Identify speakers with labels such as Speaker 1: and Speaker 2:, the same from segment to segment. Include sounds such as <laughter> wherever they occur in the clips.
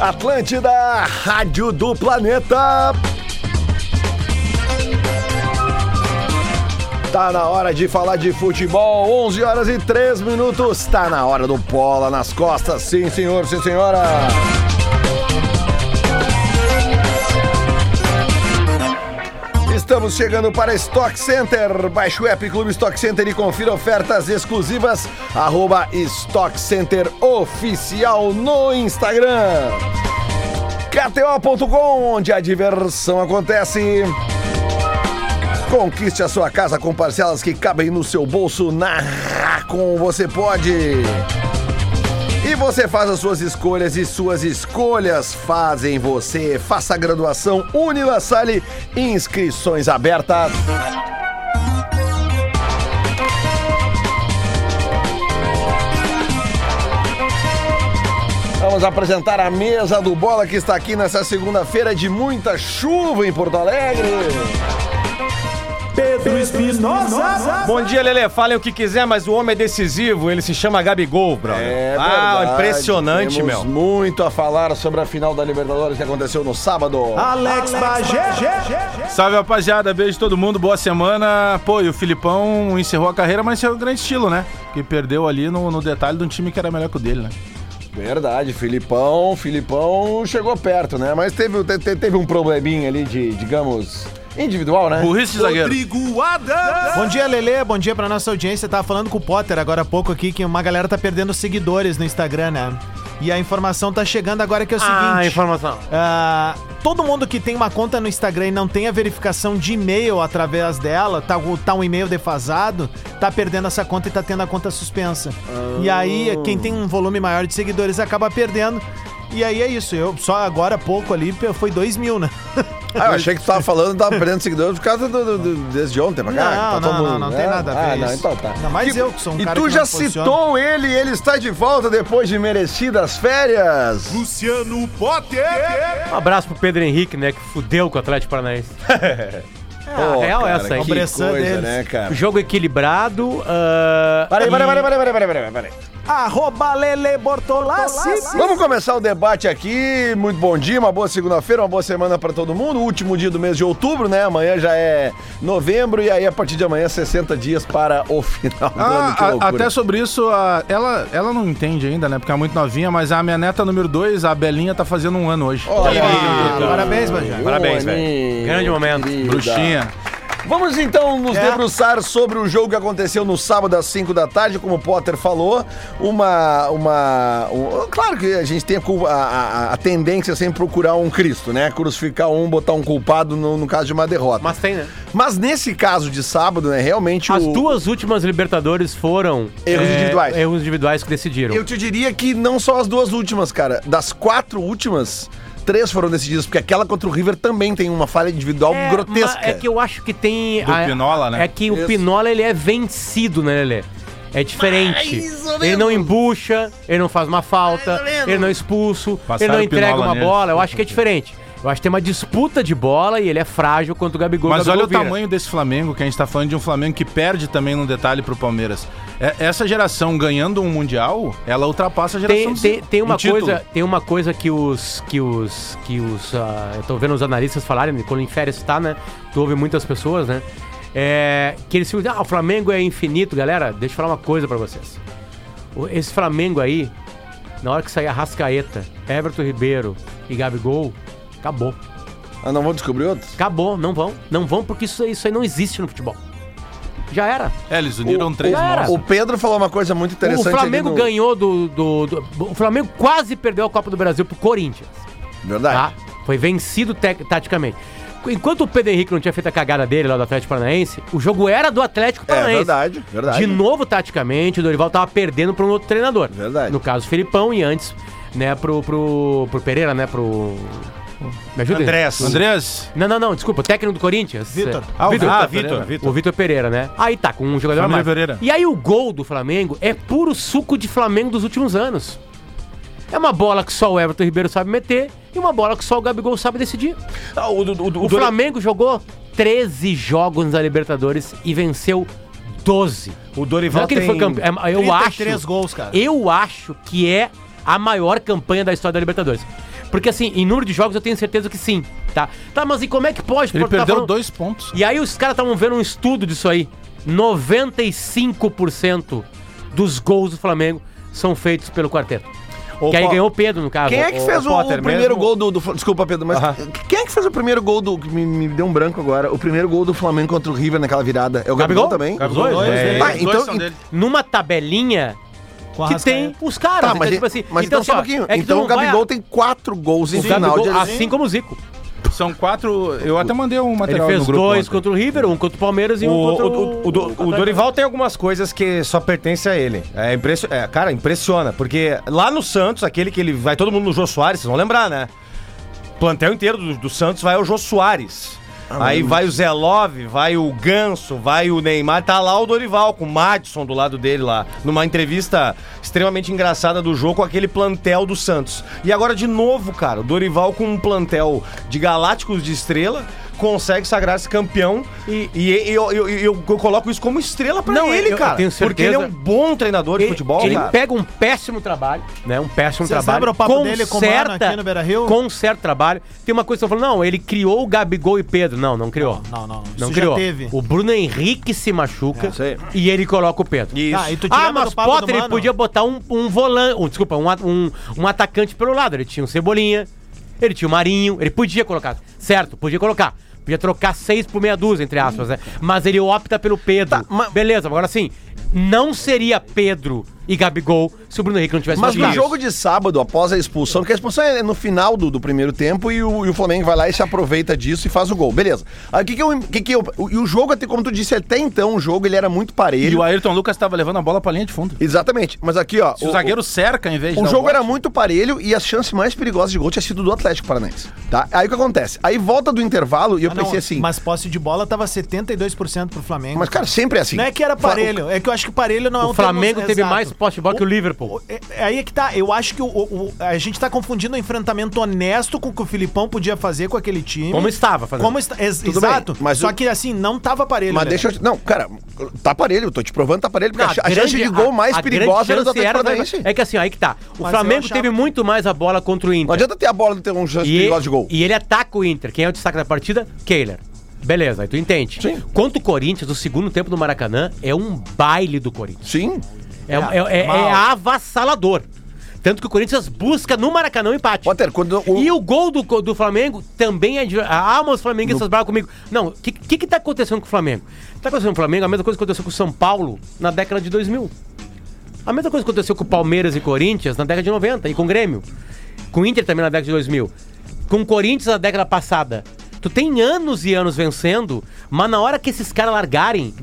Speaker 1: Atlântida, Rádio do Planeta. Tá na hora de falar de futebol, 11 horas e 3 minutos. Tá na hora do Bola nas costas, sim senhor, sim senhora. Estamos chegando para Stock Center. Baixe o app Clube Stock Center e confira ofertas exclusivas. Arroba Stock Center Oficial no Instagram. KTO.com, onde a diversão acontece. Conquiste a sua casa com parcelas que cabem no seu bolso. Na Racon você pode. E você faz as suas escolhas e suas escolhas fazem você. Faça a graduação Unila Sale, inscrições abertas. Vamos apresentar a mesa do Bola que está aqui nessa segunda-feira de muita chuva em Porto Alegre.
Speaker 2: Pedro Espinosa.
Speaker 3: Bom dia, Lele. Falem o que quiser, mas o homem é decisivo. Ele se chama Gabigol,
Speaker 4: É
Speaker 3: brother. ah,
Speaker 1: É verdade,
Speaker 3: impressionante,
Speaker 1: temos um-
Speaker 3: meu.
Speaker 1: muito a falar sobre a final da Libertadores que aconteceu no sábado.
Speaker 5: Ah.
Speaker 2: Alex Bagé.
Speaker 4: Salve rapaziada, beijo todo mundo, boa semana. Pô, e o Filipão encerrou a carreira, mas é um grande estilo, né? Que perdeu ali no, no detalhe de um time que era melhor que o dele, né?
Speaker 1: Verdade, Filipão, Filipão chegou perto, né? Mas teve, te- te- teve um probleminha ali de, digamos, individual, né?
Speaker 4: Burrice de zagueiro.
Speaker 2: Rodrigo Adams.
Speaker 5: Bom dia, Lele. Bom dia pra nossa audiência. Tava falando com o Potter agora há pouco aqui que uma galera tá perdendo seguidores no Instagram, né? E a informação tá chegando agora que é o
Speaker 6: Ah,
Speaker 5: seguinte.
Speaker 6: informação.
Speaker 5: ah, todo mundo que tem uma conta no Instagram e não tem a verificação de e-mail através dela, tá, o- tá um e-mail defasado, tá perdendo essa conta e tá tendo a conta suspensa. E aí, quem tem um volume maior de seguidores acaba perdendo. E aí é isso. Eu só agora há pouco ali pe- foi 2 mil, né? <laughs>
Speaker 1: Ah, eu achei que tu tava falando, tava perdendo seguidores por causa do, do, do- desde ontem pra cá.
Speaker 5: Não,
Speaker 1: que tá todo
Speaker 5: não,
Speaker 1: mundo,
Speaker 5: não, não
Speaker 1: né?
Speaker 5: tem nada a ver
Speaker 1: Ah, não,
Speaker 5: isso.
Speaker 1: então tá.
Speaker 5: Ainda mais
Speaker 1: Que-
Speaker 5: eu, que sou um
Speaker 1: E
Speaker 5: cara
Speaker 1: tu
Speaker 5: que
Speaker 1: já
Speaker 5: não posiciona.
Speaker 1: citou ele, ele está de volta depois de merecidas férias.
Speaker 2: Luciano Potter.
Speaker 6: Um abraço pro Pedro Henrique, né? Que fudeu com o Atlético Paranaense. é, a
Speaker 1: Pô,
Speaker 6: real é
Speaker 1: cara,
Speaker 6: essa aí.
Speaker 1: que
Speaker 5: Pressão
Speaker 1: coisa,
Speaker 5: deles.
Speaker 1: né, cara?
Speaker 6: Jogo equilibrado. ah,
Speaker 1: Peraí,
Speaker 6: e-
Speaker 1: peraí, peraí, peraí, peraí, peraí, peraí.
Speaker 5: Arroba Lele Bortolassi.
Speaker 1: Vamos começar o debate aqui. Muito bom dia, uma boa segunda-feira, uma boa semana pra todo mundo. Último dia do mês de outubro, né? Amanhã já é novembro e aí a partir de amanhã 60 dias para o <laughs> final do ano. Que
Speaker 4: Ah, a-
Speaker 1: loucura.
Speaker 4: até sobre isso, a- ela, ela não entende ainda, né? Porque é muito novinha, mas a minha neta número 2, a Belinha, tá fazendo um ano hoje.
Speaker 1: Olha,
Speaker 5: Ah, Parabéns, Bajé.
Speaker 3: Parabéns,
Speaker 1: Boa,
Speaker 3: velho.
Speaker 1: Aninho,
Speaker 3: Grande momento.
Speaker 1: querida.
Speaker 4: Bruxinha.
Speaker 1: Vamos então nos
Speaker 6: É.
Speaker 1: debruçar sobre o jogo que aconteceu no sábado às 5 da tarde, como o Potter falou. Uma. uma um- claro que a gente tem a, culpa- a- a- a tendência sempre procurar um Cristo, né? Crucificar um, botar um culpado no, no caso de uma derrota.
Speaker 6: Mas tem, né?
Speaker 1: Mas nesse caso de sábado, né, realmente
Speaker 6: As
Speaker 1: o-
Speaker 6: duas últimas Libertadores foram. é,
Speaker 1: Erros individuais.
Speaker 6: Erros individuais que decidiram.
Speaker 1: Eu te diria que não só as duas últimas, cara. Das quatro últimas, três foram decididas, porque aquela contra o River também tem uma falha individual
Speaker 6: É,
Speaker 1: grotesca.
Speaker 6: mas É que eu acho que tem.
Speaker 4: Do Pinola, né?
Speaker 6: É que
Speaker 1: Isso.
Speaker 6: o Pinola ele é vencido, né, Lelê? É diferente. Ele não embucha, ele não faz uma falta, ele não é expulso,
Speaker 4: Passaram
Speaker 6: ele não
Speaker 4: o
Speaker 6: entrega
Speaker 4: Pinola
Speaker 6: uma
Speaker 4: nele.
Speaker 6: bola. Eu acho que é diferente. Eu acho que tem uma disputa de bola e ele é frágil contra o Gabigol.
Speaker 4: Mas
Speaker 6: Gabigol
Speaker 4: olha o
Speaker 6: vira.
Speaker 4: tamanho desse Flamengo, que a gente tá falando de um Flamengo que perde também num detalhe pro Palmeiras. É- essa geração ganhando um Mundial, ela ultrapassa a geração
Speaker 6: Tem,
Speaker 4: do-
Speaker 6: tem, tem
Speaker 4: do
Speaker 6: uma
Speaker 4: Um título.
Speaker 6: coisa, tem uma coisa que os que os que os ah, eu tô vendo os analistas falarem, né, quando em férias tá, né? Tu ouve muitas pessoas, né? É, que eles ficam, ah, o Flamengo é infinito, galera. Deixa eu falar uma coisa pra vocês. O- Esse Flamengo aí, na hora que sair a Rascaeta, Everton Ribeiro e Gabigol, acabou.
Speaker 1: Ah, não vou descobrir outro?
Speaker 6: Acabou, não vão. Não vão porque isso, isso aí não existe no futebol. Já era.
Speaker 4: É, eles uniram três
Speaker 6: já era.
Speaker 4: mãos.
Speaker 1: O Pedro falou uma coisa muito
Speaker 6: O
Speaker 1: interessante.
Speaker 6: Flamengo
Speaker 1: ali no-
Speaker 6: ganhou do, do, do- O Flamengo quase perdeu a Copa do Brasil pro Corinthians. Tá?
Speaker 1: Verdade.
Speaker 6: Foi vencido tec- taticamente. Enquanto o Pedro Henrique não tinha feito a cagada dele lá do Atlético Paranaense, o jogo era do Atlético
Speaker 1: É
Speaker 6: Paranaense.
Speaker 1: verdade, verdade.
Speaker 6: De novo, taticamente, o Dorival tava perdendo para um outro treinador.
Speaker 1: Verdade.
Speaker 6: No caso, o Filipão e antes, né, pro, pro, pro Pereira, né, pro... Me ajuda? aí.
Speaker 3: Andrés.
Speaker 4: Andrés,
Speaker 6: Não, não, não, desculpa, o técnico do Corinthians.
Speaker 5: Vitor.
Speaker 4: Ah, o
Speaker 6: Ah,
Speaker 4: Vitor Pereira.
Speaker 6: O Vitor Pereira, né? Aí tá, com um jogador a
Speaker 4: Família
Speaker 6: mais.
Speaker 4: Pereira.
Speaker 6: E aí o gol do Flamengo é puro suco de Flamengo dos últimos anos. É uma bola que só o Everton Ribeiro sabe meter e uma bola que só o Gabigol sabe decidir.
Speaker 1: Ah, o, do- do- do-
Speaker 6: O Flamengo jogou 13 jogos na Libertadores e venceu 12.
Speaker 3: O
Speaker 6: Não
Speaker 3: Dorival
Speaker 6: é que ele foi
Speaker 3: tem...
Speaker 6: campeão. é- Eu
Speaker 5: 33
Speaker 6: acho.
Speaker 5: gols, cara.
Speaker 6: Eu acho que é a maior campanha da história da Libertadores. Porque assim, em número de jogos eu tenho certeza que sim, tá? Tá, mas e como é que pode?
Speaker 4: Ele
Speaker 6: Porque tá
Speaker 4: perdeu
Speaker 6: falando-
Speaker 4: dois pontos.
Speaker 6: E aí os caras estavam vendo um estudo disso aí. 95% dos gols do Flamengo são feitos pelo quarteto.
Speaker 3: Ô,
Speaker 6: que aí
Speaker 3: Pó-
Speaker 6: ganhou o Pedro, no caso.
Speaker 1: Quem é que
Speaker 6: Ô,
Speaker 1: fez o,
Speaker 3: Potter,
Speaker 1: primeiro
Speaker 3: mesmo?
Speaker 1: gol do, do Fla- Desculpa, Pedro, mas quem é que fez o primeiro gol do. que Me, me deu um branco agora. O primeiro gol do Flamengo contra o River naquela virada. É o Gabigol,
Speaker 6: Gabigol?
Speaker 1: também?
Speaker 6: Os dois,
Speaker 4: Dois,
Speaker 6: né?
Speaker 4: é,
Speaker 1: Tá,
Speaker 4: os
Speaker 1: então-
Speaker 4: dois são dele.
Speaker 6: Numa tabelinha
Speaker 5: Com a
Speaker 6: que tem
Speaker 5: Arrascaeta.
Speaker 6: os caras.
Speaker 1: Tá, mas,
Speaker 6: então, tipo
Speaker 1: assim,
Speaker 6: assim,
Speaker 1: mas então, só um
Speaker 6: assim, ó,
Speaker 1: pouquinho.
Speaker 6: é que tu
Speaker 1: então
Speaker 6: não
Speaker 1: o Gabigol
Speaker 6: vai-
Speaker 1: tem quatro gols em
Speaker 6: o
Speaker 1: final
Speaker 6: Gabigol,
Speaker 1: de
Speaker 6: assim como o Zico.
Speaker 4: São quatro. Eu até mandei um
Speaker 6: Ele
Speaker 4: material
Speaker 6: fez
Speaker 4: no grupo.
Speaker 6: dois
Speaker 4: ontem.
Speaker 6: contra o River, um contra o Palmeiras e
Speaker 3: O,
Speaker 6: um contra
Speaker 3: o- o- o Do- o Dorival tem algumas coisas que só pertencem a ele. É impression... é, cara, impressiona. Porque lá no Santos, aquele que ele vai todo mundo no Jô Soares, vocês vão lembrar, né? Plantel inteiro do, do Santos vai ao Jô Soares.
Speaker 6: Ah, é
Speaker 3: Aí vai o Zé Love, vai o Ganso, vai o Neymar. Tá lá o Dorival, com o Madison do lado dele lá. Numa entrevista extremamente engraçada do jogo com aquele plantel do Santos. E agora de novo, cara, o Dorival com um plantel de galácticos de estrela consegue sagrar-se campeão. E, e eu, eu- eu- eu coloco isso como estrela pra
Speaker 6: Não,
Speaker 3: ele,
Speaker 6: eu- eu
Speaker 3: cara.
Speaker 6: tenho
Speaker 3: porque ele é um
Speaker 6: certeza.
Speaker 3: bom treinador de
Speaker 6: Ele-
Speaker 3: futebol,
Speaker 6: ele
Speaker 3: cara.
Speaker 6: pega um péssimo trabalho, né? Um péssimo
Speaker 5: Vocês
Speaker 6: trabalho.
Speaker 5: lembram o papo dele com o Mano aqui no Beira-Rio?
Speaker 6: Com certo trabalho. Tem uma coisa que estão falando, não, ele criou o Gabigol e Pedro. Não, não criou.
Speaker 5: Não, não, não. Isso
Speaker 6: Não
Speaker 5: já
Speaker 6: criou.
Speaker 5: teve.
Speaker 6: O Bruno Henrique se
Speaker 3: É,
Speaker 6: machuca e ele coloca o Pedro.
Speaker 5: Isso. Tá, e tu te
Speaker 6: Ah,
Speaker 5: lembra
Speaker 6: mas
Speaker 5: do papo do
Speaker 6: Potter ele
Speaker 5: Mano?
Speaker 6: podia botar um, um volante, um, desculpa, um, a- um, um atacante pelo lado. Ele tinha o Cebolinha, ele tinha o Marinho, ele podia colocar, certo? Podia colocar. Podia trocar seis por meia dúzia, entre aspas, né? Mas ele opta pelo
Speaker 1: Tá,
Speaker 6: Pedro. Beleza, agora sim, não seria Pedro e Gabigol se o Bruno Henrique não tivesse
Speaker 1: Mas no
Speaker 6: machucado.
Speaker 1: jogo de sábado, após a expulsão, porque a expulsão é no final do, do primeiro tempo e o, e o Flamengo vai lá e se aproveita disso e faz o gol. Beleza. Aí, que que eu, que que eu, o- e o jogo, até como tu disse, até então o jogo ele era muito
Speaker 4: E
Speaker 1: parelho.
Speaker 4: o Ayrton Lucas tava levando a bola pra linha de fundo.
Speaker 1: Exatamente. Mas aqui, ó.
Speaker 4: Se o, zagueiro cerca em vez de.
Speaker 1: O
Speaker 4: dar
Speaker 1: jogo
Speaker 4: bote.
Speaker 1: era muito parelho e a chance mais perigosa de gol tinha sido do Atlético Paranaense. Tá? Aí o que acontece? Aí volta do intervalo e eu
Speaker 5: Ah, não,
Speaker 1: pensei assim. Mas,
Speaker 5: Mas posse de bola tava 72% pro Flamengo.
Speaker 1: cara, sempre é assim.
Speaker 5: não é que era
Speaker 1: Fa- o-
Speaker 5: parelho, é que eu acho que parelho não é um
Speaker 6: O Flamengo teve
Speaker 5: exato.
Speaker 6: mais poste de bola que o Liverpool.
Speaker 5: É- é Aí é que tá, eu acho que o, o- o- a gente tá confundindo o enfrentamento honesto com o que o Filipão podia fazer com aquele time.
Speaker 6: Como estava fazendo.
Speaker 5: Como está, ex-
Speaker 1: Tudo
Speaker 5: exato.
Speaker 1: bem, mas
Speaker 5: Só
Speaker 1: o-
Speaker 5: que assim, não tava parelho.
Speaker 1: Mas
Speaker 5: velho.
Speaker 1: deixa eu te... Não, cara, tá parelho, tô te provando, tá parelho, porque
Speaker 6: Não,
Speaker 1: a, cha- a
Speaker 6: grande-
Speaker 1: chance de gol
Speaker 6: a-
Speaker 1: mais
Speaker 6: a grande
Speaker 1: perigosa era do
Speaker 6: chance
Speaker 1: Atlético
Speaker 6: era
Speaker 1: Paranaense.
Speaker 6: É que assim, ó, aí que tá. O
Speaker 5: Mas eu
Speaker 6: Flamengo
Speaker 5: achava-
Speaker 6: teve muito mais a bola contra o Inter.
Speaker 1: Não adianta ter a bola do ter um chance
Speaker 6: e,
Speaker 1: perigosa de gol.
Speaker 6: e ele ataca o Inter. Quem é o destaque da partida? Kehler. Beleza, aí tu entende.
Speaker 1: Sim.
Speaker 6: Quanto o Corinthians, o segundo tempo do Maracanã é um baile do Corinthians.
Speaker 1: Sim.
Speaker 6: É, é- é- é avassalador. Tanto que o Corinthians busca no Maracanã o empate.
Speaker 1: Potter, quando o-
Speaker 6: E o gol do, co- do Flamengo também é. de- Ah, mas os flamenguistas no... comigo. Não, o que, que que tá acontecendo com o Flamengo? Tá acontecendo com o Flamengo a mesma coisa que aconteceu com o São Paulo na década de 2000. A mesma coisa que aconteceu com o Palmeiras e Corinthians na década de 90 e com o Grêmio. Com o Inter também na década de 2000. Com o Corinthians na década passada. Tu tem anos e anos vencendo, mas na hora que esses caras largarem,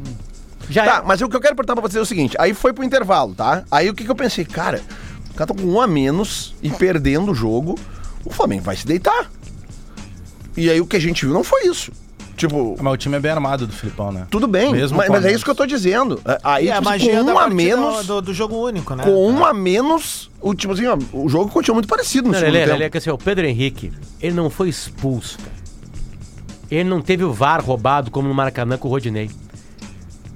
Speaker 6: já
Speaker 1: Tá,
Speaker 6: é-
Speaker 1: mas o que eu quero perguntar pra vocês é o seguinte: aí foi pro intervalo, tá? Aí o que, que eu pensei, cara, o cara tá com um a menos e perdendo o jogo, o Flamengo vai se deitar. E aí o que a gente viu não foi isso. Tipo,
Speaker 4: Mas o time é bem armado do Filipão, né?
Speaker 1: tudo bem,
Speaker 4: Mesmo
Speaker 1: mas,
Speaker 4: com a
Speaker 1: mas é
Speaker 4: menos.
Speaker 1: isso que eu tô dizendo. É, Aí
Speaker 5: E a
Speaker 1: tipo, assim,
Speaker 5: magia
Speaker 1: com
Speaker 5: da
Speaker 1: um a
Speaker 5: partida
Speaker 1: menos,
Speaker 5: do, do jogo único, né?
Speaker 1: com um a menos, o tipo assim, ó, o jogo continua muito parecido no
Speaker 6: Não,
Speaker 1: segundo
Speaker 6: Lelê,
Speaker 1: tempo.
Speaker 6: Lelê, que assim, ó, o Pedro Henrique, ele não foi expulso, cara. Ele não teve o VAR roubado como no Maracanã com o Rodinei.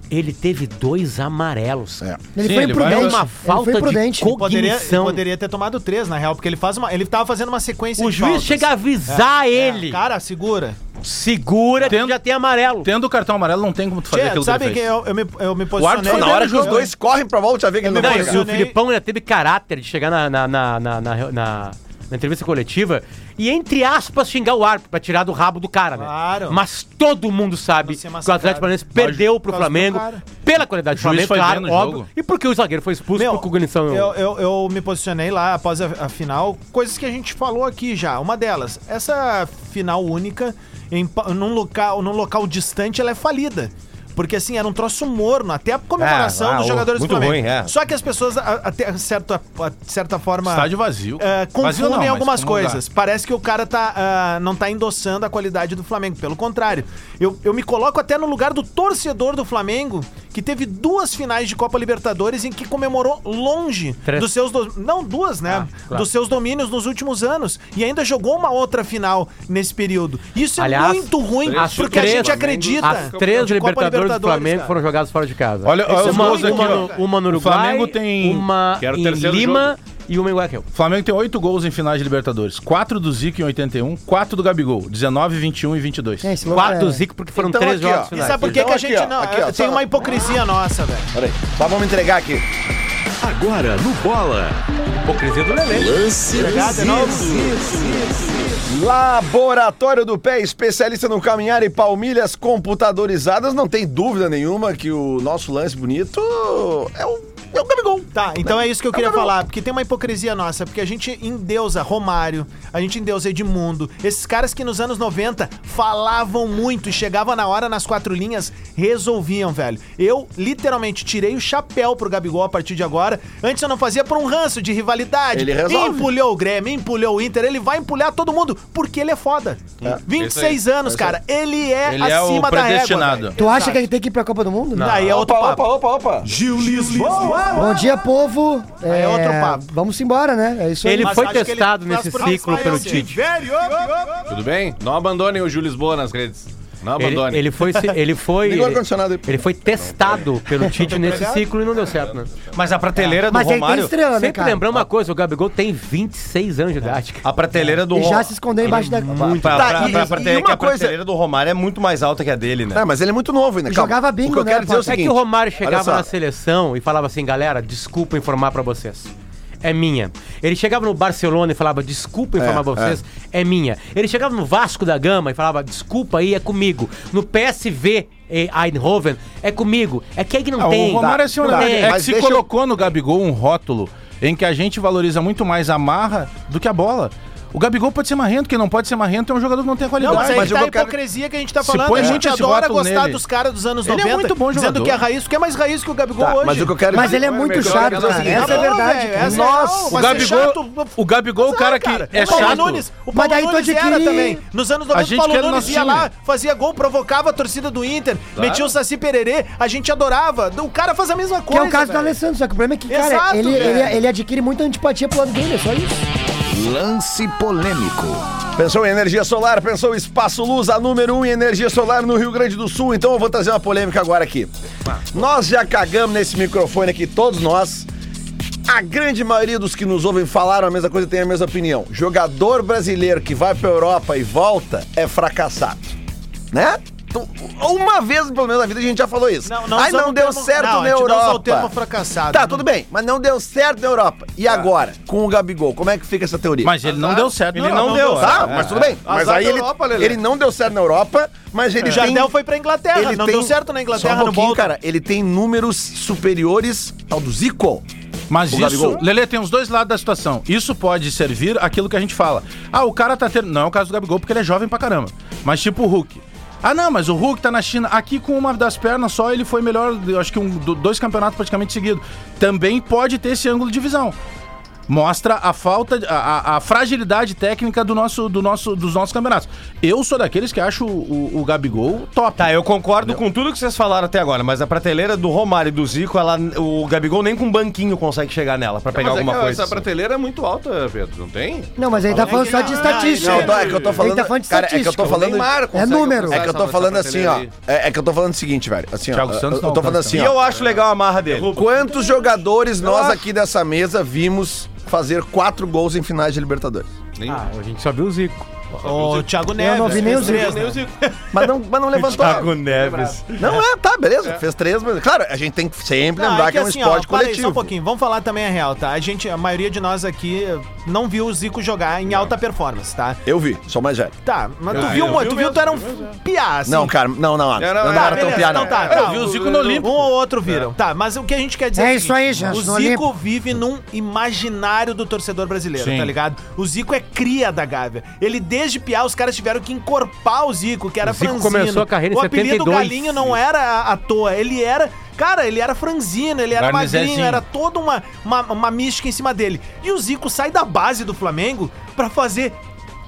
Speaker 6: Ele teve dois amarelos. cara.
Speaker 7: Ele
Speaker 4: Sim,
Speaker 7: foi
Speaker 4: ele
Speaker 6: É,
Speaker 4: Eu
Speaker 7: imprudente.
Speaker 6: uma
Speaker 7: Ele
Speaker 6: falta
Speaker 7: foi imprudente.
Speaker 6: de
Speaker 5: Ele poderia, ele
Speaker 6: cognição.
Speaker 5: poderia ter tomado três, na real, porque ele faz uma. Ele tava fazendo uma sequência
Speaker 6: O
Speaker 5: de
Speaker 6: juiz
Speaker 5: faltas. É.
Speaker 6: chega a avisar ele.
Speaker 5: Cara, segura.
Speaker 6: segura que
Speaker 4: Tendo-
Speaker 6: já tem amarelo.
Speaker 4: Tendo o cartão amarelo, não tem como tu fazer
Speaker 5: Tchê,
Speaker 4: aquilo
Speaker 5: sabe que,
Speaker 4: que ele fez.
Speaker 5: eu, eu me, eu me
Speaker 1: O árbitro,
Speaker 5: posicionei.
Speaker 1: na hora que
Speaker 5: né?
Speaker 1: os dois correm pra volta, já vê que ele não
Speaker 6: Não,
Speaker 1: vai
Speaker 6: e
Speaker 1: jogar.
Speaker 6: o
Speaker 5: Posicionei-
Speaker 6: Filipão ainda teve caráter de chegar na, na, na, na, na- na- na entrevista coletiva e, entre aspas, xingar o árbitro pra tirar do rabo do cara, né?
Speaker 5: Claro.
Speaker 6: Mas todo mundo sabe
Speaker 5: Você
Speaker 6: que
Speaker 5: é
Speaker 6: o
Speaker 5: massacrado.
Speaker 6: Atlético Paranaense perdeu pro
Speaker 5: causa do
Speaker 6: Flamengo
Speaker 5: cara.
Speaker 6: pela qualidade do
Speaker 4: O juiz
Speaker 6: Flamengo,
Speaker 4: foi
Speaker 6: claro,
Speaker 4: vendo o
Speaker 6: óbvio.
Speaker 4: jogo.
Speaker 6: E porque o zagueiro foi expulso
Speaker 5: Meu,
Speaker 6: por cognição.
Speaker 5: Eu, eu, eu me posicionei lá após a, a final, coisas que a gente falou aqui já. Uma delas, essa final única, em, pa- num, local, num local distante, ela é falida. Porque assim, era um troço morno, até a comemoração
Speaker 4: É, ah,
Speaker 5: dos
Speaker 4: ô,
Speaker 5: jogadores
Speaker 4: muito
Speaker 5: do Flamengo.
Speaker 4: ruim, é.
Speaker 5: Só que as pessoas, a- até certa, a- certa forma.
Speaker 4: Estádio vazio.
Speaker 5: é,
Speaker 4: Vazio
Speaker 5: confundem
Speaker 4: não, mas
Speaker 5: algumas
Speaker 4: como um lugar.
Speaker 5: coisas. Parece que o cara tá, ah, não tá endossando a qualidade do Flamengo. Pelo contrário, eu, eu me coloco até no lugar do torcedor do Flamengo, que teve duas finais de Copa Libertadores em que comemorou longe
Speaker 6: Três.
Speaker 5: dos seus. do- Não, duas, né? Dos seus domínios nos últimos anos. E ainda jogou uma outra final nesse período. Isso é
Speaker 6: Aliás,
Speaker 5: muito ruim,
Speaker 6: as
Speaker 5: porque
Speaker 6: três-
Speaker 5: a gente acredita.
Speaker 6: As três
Speaker 5: de Copa
Speaker 6: Libertadores, do Flamengo
Speaker 5: cara.
Speaker 6: foram jogadas fora de casa.
Speaker 4: Olha- olha
Speaker 5: os
Speaker 6: uma,
Speaker 5: gols aqui,
Speaker 6: uma,
Speaker 5: ó.
Speaker 6: no- uma no
Speaker 4: O
Speaker 6: Uruguai,
Speaker 4: Flamengo tem-
Speaker 6: uma
Speaker 2: Que era o
Speaker 6: em
Speaker 2: terceiro
Speaker 6: Lima e o Mengueca.
Speaker 4: O Flamengo tem oito gols em finais de Libertadores. Quatro do Zico em 81, quatro do Gabigol. 19, 21 e 22.
Speaker 7: É, esse louco
Speaker 6: Quatro
Speaker 7: é-
Speaker 6: do Zico, porque foram
Speaker 1: Então
Speaker 6: três
Speaker 1: aqui,
Speaker 6: jogos
Speaker 1: ó.
Speaker 5: E
Speaker 6: finais.
Speaker 5: sabe por que,
Speaker 1: Então
Speaker 5: que a gente
Speaker 1: aqui, ó,
Speaker 5: não.
Speaker 1: aqui, ó,
Speaker 5: tem
Speaker 1: só-
Speaker 5: uma hipocrisia nossa, velho.
Speaker 1: Peraí, só vamos entregar aqui.
Speaker 2: Agora no bola.
Speaker 6: Hipocrisia do Lelê.
Speaker 2: Lance
Speaker 5: Obrigado, é nóis.
Speaker 1: Laboratório do Pé, especialista no caminhar e palmilhas computadorizadas. Não tem dúvida nenhuma que o nosso lance bonito é o, é o Gabigol.
Speaker 5: Tá, então é isso que eu queria
Speaker 1: Agora eu-
Speaker 5: falar, porque tem uma hipocrisia nossa, porque a gente endeusa Romário, a gente endeusa Edmundo, esses caras que nos anos 90 falavam muito e chegavam na hora nas quatro linhas, resolviam, velho. Eu literalmente tirei o chapéu pro Gabigol a partir de agora. Antes eu não fazia por um ranço de rivalidade.
Speaker 1: Ele resolve.
Speaker 5: Empulhou o Grêmio, empulhou o Inter, ele vai empulhar todo mundo, porque ele é foda. 26 anos, cara, ele é
Speaker 4: Ele é o
Speaker 5: acima da régua.
Speaker 4: predestinado.
Speaker 5: velho.
Speaker 7: Tu acha
Speaker 5: Exato.
Speaker 7: que ele tem que ir pra Copa do Mundo?
Speaker 5: Aí é outro papo.
Speaker 1: opa, opa.
Speaker 2: Gil Lisboa.
Speaker 7: Bom dia, povo.
Speaker 5: Aí é outro papo.
Speaker 7: Vamos embora, né? É isso aí.
Speaker 6: Ele
Speaker 5: Mas
Speaker 6: foi
Speaker 5: acho que ele
Speaker 6: testado
Speaker 5: traz
Speaker 6: nesse
Speaker 5: por- assim,
Speaker 6: ciclo
Speaker 5: Mas
Speaker 6: pelo
Speaker 5: vai,
Speaker 6: Tite.
Speaker 4: Tudo bem? Não abandonem o Gil Lisboa nas redes. Não
Speaker 6: Ele,
Speaker 4: abandonem.
Speaker 6: ele foi, ele foi,
Speaker 1: Liga o ar-condicionado aí.
Speaker 6: ele foi testado pelo Tite nesse ciclo e não deu certo, né?
Speaker 3: Mas a prateleira do
Speaker 7: Mas ele tem
Speaker 3: Romário.
Speaker 7: estrela, né,
Speaker 6: Sempre
Speaker 7: cara?
Speaker 6: lembrando uma coisa, o Gabigol tem 26 anos de idade. cara.
Speaker 3: A
Speaker 1: é
Speaker 3: prateleira do
Speaker 7: E já
Speaker 3: Romário.
Speaker 7: se escondeu embaixo da.
Speaker 3: Pra,
Speaker 1: Tá,
Speaker 3: pra-
Speaker 1: e-
Speaker 3: pra-
Speaker 1: e-
Speaker 3: pra-
Speaker 1: e
Speaker 3: é que
Speaker 1: uma
Speaker 3: a
Speaker 1: coisa-
Speaker 3: prateleira do Romário é muito mais alta que a dele, né?
Speaker 1: Ah, mas ele é muito novo ainda. calma.
Speaker 7: Jogava bingo,
Speaker 1: O que eu
Speaker 7: né,
Speaker 1: quero dizer é o
Speaker 7: Potter?
Speaker 6: É
Speaker 1: seguinte.
Speaker 6: que o Romário
Speaker 1: olha
Speaker 6: chegava
Speaker 1: só.
Speaker 6: na seleção e falava assim, galera, desculpa informar pra vocês. É minha. Ele chegava no Barcelona e falava, desculpa informar pra vocês, é. minha. Ele chegava no Vasco da Gama e falava, desculpa aí, é comigo. No PSV eh, Eindhoven, é comigo. É quem que não
Speaker 4: Ah,
Speaker 6: tem.
Speaker 4: o Romário é assim,
Speaker 6: Não
Speaker 4: né?
Speaker 6: tem.
Speaker 4: É que
Speaker 1: Mas
Speaker 4: se
Speaker 1: deixa eu-
Speaker 4: colocou no Gabigol um rótulo em que a gente valoriza muito mais a marra do que a bola. O Gabigol pode ser marrento, quem não pode ser marrento é um jogador que não tem a
Speaker 5: Não,
Speaker 4: qualidade.
Speaker 5: mas aí
Speaker 1: Mas
Speaker 5: que
Speaker 1: eu
Speaker 5: tá a
Speaker 1: vou- quero-
Speaker 5: hipocrisia que a gente tá
Speaker 4: Se
Speaker 5: falando.
Speaker 4: põe
Speaker 5: a
Speaker 4: muito
Speaker 5: gente
Speaker 4: esse
Speaker 5: adora
Speaker 4: rótulo
Speaker 5: gostar
Speaker 4: nele.
Speaker 5: dos caras dos anos
Speaker 4: Ele é
Speaker 5: 90,
Speaker 4: muito bom
Speaker 5: dizendo
Speaker 4: jogador.
Speaker 5: que é raiz, que é mais raiz que o Gabigol
Speaker 1: Tá,
Speaker 5: hoje.
Speaker 1: mas o que eu quero
Speaker 7: Mas ele é muito chato,
Speaker 1: eu quero dizer
Speaker 7: cara.
Speaker 1: o seguinte,
Speaker 7: Essa é a
Speaker 5: Não,
Speaker 7: verdade.
Speaker 5: velho, essa é
Speaker 1: Nossa,
Speaker 5: real,
Speaker 4: o
Speaker 5: mas é
Speaker 4: Gabigol,
Speaker 5: chato.
Speaker 4: o Gabigol, o cara que é
Speaker 5: o Paulo
Speaker 4: chato.
Speaker 5: Nunes, o
Speaker 7: Mas
Speaker 5: Paulo
Speaker 7: daí tu
Speaker 5: Nunes era
Speaker 7: adquire-
Speaker 5: também. Nos anos
Speaker 4: A
Speaker 5: 90, o
Speaker 4: gente
Speaker 5: Paulo
Speaker 4: quer no
Speaker 5: Nunes
Speaker 4: nosso
Speaker 5: ia
Speaker 4: time.
Speaker 5: lá, fazia gol, provocava a torcida do Inter, metia o Saci Pererê, a gente adorava. O cara faz a mesma
Speaker 7: Que
Speaker 1: um
Speaker 5: coisa.
Speaker 7: é o caso do
Speaker 5: velho.
Speaker 7: Alessandro, só que o problema é que, cara,
Speaker 5: Exato,
Speaker 7: ele,
Speaker 5: velho.
Speaker 7: ele, ele adquire muita antipatia pro lado dele, é só isso.
Speaker 1: Lance polêmico. Pensou em energia solar, pensou em espaço luz, a número 1 um em energia solar no Rio Grande do Sul. Então eu vou trazer uma polêmica agora aqui. Nós já cagamos nesse microfone aqui, todos nós. A grande maioria dos que nos ouvem falaram a mesma coisa e tem a mesma opinião. Jogador brasileiro que vai pra Europa e volta é fracassado. Né? Então, Uma vez, pelo menos, na vida a gente já falou isso.
Speaker 5: Não, não
Speaker 1: Ai,
Speaker 5: usamos
Speaker 1: não
Speaker 5: o
Speaker 1: deu
Speaker 5: termo-
Speaker 1: certo
Speaker 5: não,
Speaker 1: na
Speaker 5: a gente não usa o
Speaker 1: Europa.
Speaker 5: termo fracassado. né? Tá.
Speaker 1: Tá, tudo bem, mas não deu certo na Europa. E agora, com o Gabigol, como é que fica essa teoria?
Speaker 4: Mas ele não deu certo.
Speaker 3: Ele não deu,
Speaker 1: Tá, mas tudo bem. Mas
Speaker 2: Azar
Speaker 1: aí
Speaker 2: da
Speaker 1: ele,
Speaker 2: Europa, Lelê.
Speaker 1: ele não deu certo na Europa, mas ele
Speaker 5: O
Speaker 1: tem...
Speaker 5: É. Jardel foi pra Inglaterra,
Speaker 1: ele
Speaker 5: não
Speaker 1: tem-
Speaker 5: deu certo na Inglaterra
Speaker 1: Só
Speaker 5: no
Speaker 1: um pouquinho,
Speaker 5: Bolton.
Speaker 1: cara. Ele tem números superiores ao do Zico.
Speaker 4: Mas
Speaker 1: O
Speaker 4: isso,
Speaker 1: Gabigol.
Speaker 4: Lele, tem os dois lados da situação. Isso pode servir aquilo que a gente fala. Ah, o cara tá tendo. Não é o caso do Gabigol, porque ele é jovem pra caramba. Mas tipo o Hulk. Ah, não, mas o Hulk tá na China. Aqui com uma das pernas só, ele foi melhor, eu acho que um, do- dois campeonatos praticamente seguidos. Também pode ter esse ângulo de visão. Mostra a falta, de- a, a- a fragilidade técnica do nosso, do nosso, dos nossos campeonatos. Eu sou daqueles que acho o, o- o Gabigol top.
Speaker 3: Tá, eu concordo com tudo que vocês falaram até agora, mas a prateleira do Romário e do Zico, ela, o Gabigol nem com um banquinho consegue chegar nela pra pegar alguma coisa.
Speaker 8: prateleira é muito alta, Pedro, não tem?
Speaker 7: Não, mas ele tá falando só de estatística.
Speaker 1: Não, é que eu tô falando...
Speaker 7: Ele tá falando de
Speaker 1: cara, é que eu
Speaker 7: estatística.
Speaker 1: tô falando...
Speaker 7: É número.
Speaker 1: É que eu tô
Speaker 8: essa
Speaker 1: falando assim,
Speaker 8: prateleira
Speaker 1: ó.
Speaker 8: aí.
Speaker 1: É, é que eu tô falando o seguinte, velho. Assim, ó.
Speaker 4: Thiago
Speaker 1: eu-
Speaker 4: Santos
Speaker 1: eu
Speaker 4: não
Speaker 1: tô falando
Speaker 4: alcança,
Speaker 1: assim,
Speaker 3: E
Speaker 1: ó.
Speaker 3: eu acho legal a marra dele.
Speaker 1: Quantos jogadores nós aqui dessa mesa vimos fazer quatro gols em finais de Libertadores?
Speaker 6: Ah, a gente só viu o Zico.
Speaker 5: O Thiago Neves.
Speaker 7: não vi nem o Zico.
Speaker 5: fez três, né?
Speaker 1: Mas não, mas não levantou.
Speaker 3: Thiago Neves.
Speaker 1: Não, é, tá, beleza. Fez três, mas. Claro, a gente tem que sempre
Speaker 5: Não,
Speaker 1: lembrar que, é um
Speaker 5: assim, ó,
Speaker 1: esporte
Speaker 5: para aí,
Speaker 1: coletivo.
Speaker 5: só um pouquinho, vamos falar também a real, tá? A gente, a maioria de nós aqui não viu o Zico jogar em alta performance, tá?
Speaker 1: Eu vi, sou mais velho.
Speaker 5: Tá, mas tu
Speaker 8: Ah,
Speaker 5: viu,
Speaker 8: eu
Speaker 5: muito,
Speaker 8: vi
Speaker 5: tu viu, tu era um piá, assim.
Speaker 1: Não, cara, não, não, Anderson,
Speaker 8: Não, não,
Speaker 1: eu
Speaker 8: não,
Speaker 1: não era tão
Speaker 5: beleza,
Speaker 1: piada.
Speaker 5: então tá,
Speaker 4: Eu
Speaker 5: tá.
Speaker 4: vi o Zico no
Speaker 5: Um
Speaker 4: Olímpico.
Speaker 5: ou outro viram. Tá, mas o que a gente quer dizer
Speaker 7: É
Speaker 5: o
Speaker 7: isso
Speaker 5: seguinte,
Speaker 7: aí, Gerson,
Speaker 5: O
Speaker 7: no
Speaker 5: Zico
Speaker 7: Olímpico.
Speaker 5: vive num imaginário do torcedor brasileiro,
Speaker 4: Sim.
Speaker 5: tá ligado? O Zico é cria da Gávea. Ele, desde piá, os caras tiveram que encorpar o Zico, que era
Speaker 6: O Zico
Speaker 5: franzino.
Speaker 6: começou a carreira em
Speaker 5: O apelido
Speaker 6: 72.
Speaker 5: Galinho não era à toa, ele era... Cara, ele era franzino, ele era
Speaker 4: Garnizezinho.
Speaker 5: magrinho, era toda uma, uma, uma mística em cima dele. E o Zico sai da base do Flamengo pra fazer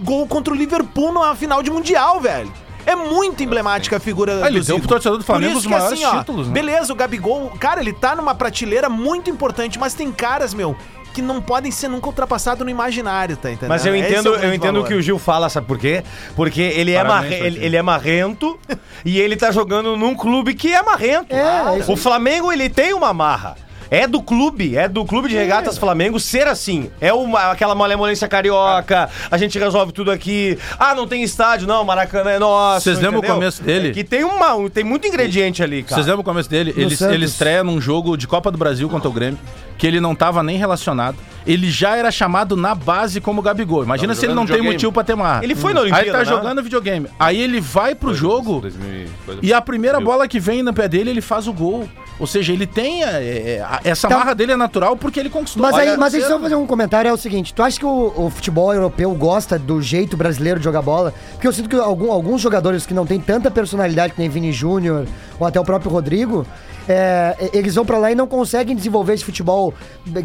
Speaker 5: gol contra o Liverpool numa final de Mundial, velho. É muito emblemática a figura
Speaker 4: Ah, ele deu pro torcedor do Flamengo
Speaker 5: Por
Speaker 4: os
Speaker 5: isso que,
Speaker 4: maiores
Speaker 5: assim, ó,
Speaker 4: títulos, né?
Speaker 5: Beleza, o Gabigol, cara, ele tá numa prateleira muito importante, mas tem caras, meu, que não podem ser nunca ultrapassados no imaginário, tá entendendo?
Speaker 3: Mas eu
Speaker 5: Esse é o
Speaker 3: entendo, eu
Speaker 5: grande
Speaker 3: entendo o
Speaker 5: valor.
Speaker 3: que o Gil fala, sabe por quê? Porque ele, é,
Speaker 4: Parabéns,
Speaker 3: marre-
Speaker 4: Jorginho.
Speaker 3: ele, ele é marrento
Speaker 6: <laughs>
Speaker 3: e ele tá jogando num clube que é marrento.
Speaker 7: É, é isso
Speaker 3: o Flamengo, ele tem uma marra. É do clube, é do clube de regatas Flamengo ser assim. É uma, aquela malemolência carioca, a gente resolve tudo aqui. Ah, não tem estádio, não, Maracanã é nosso.
Speaker 4: Vocês lembram o
Speaker 3: entendeu?
Speaker 4: começo dele?
Speaker 3: É que tem, uma, um- tem muito ingrediente ali, cara.
Speaker 4: Vocês lembram o começo dele? Ele,
Speaker 7: Santos.
Speaker 4: ele estreia num jogo de Copa do Brasil contra o Grêmio, que ele não tava nem relacionado. Ele já era chamado na base como Gabigol. Imagina se ele não tem
Speaker 8: videogame.
Speaker 4: motivo pra ter marra.
Speaker 3: Ele foi na
Speaker 4: Aí
Speaker 3: Olimpíada,
Speaker 4: tá
Speaker 3: né?
Speaker 4: jogando videogame. Aí ele vai pro jogo
Speaker 8: 2000 e coisa.
Speaker 4: e a primeira bola que vem no pé dele, ele faz o gol. Ou seja, ele tem. é, é, a- essa
Speaker 7: Tá.
Speaker 4: marra dele é natural porque ele conquistou.
Speaker 7: Mas aí,
Speaker 4: Olha,
Speaker 7: mas aí só
Speaker 4: cedo.
Speaker 7: fazer um comentário, é o seguinte, tu acha que o, o futebol europeu gosta do jeito brasileiro de jogar bola? Porque eu sinto que algum- alguns jogadores que não têm tanta personalidade, que nem Vini Júnior, ou até o próprio Rodrigo, é, e- eles vão pra lá e não conseguem desenvolver esse futebol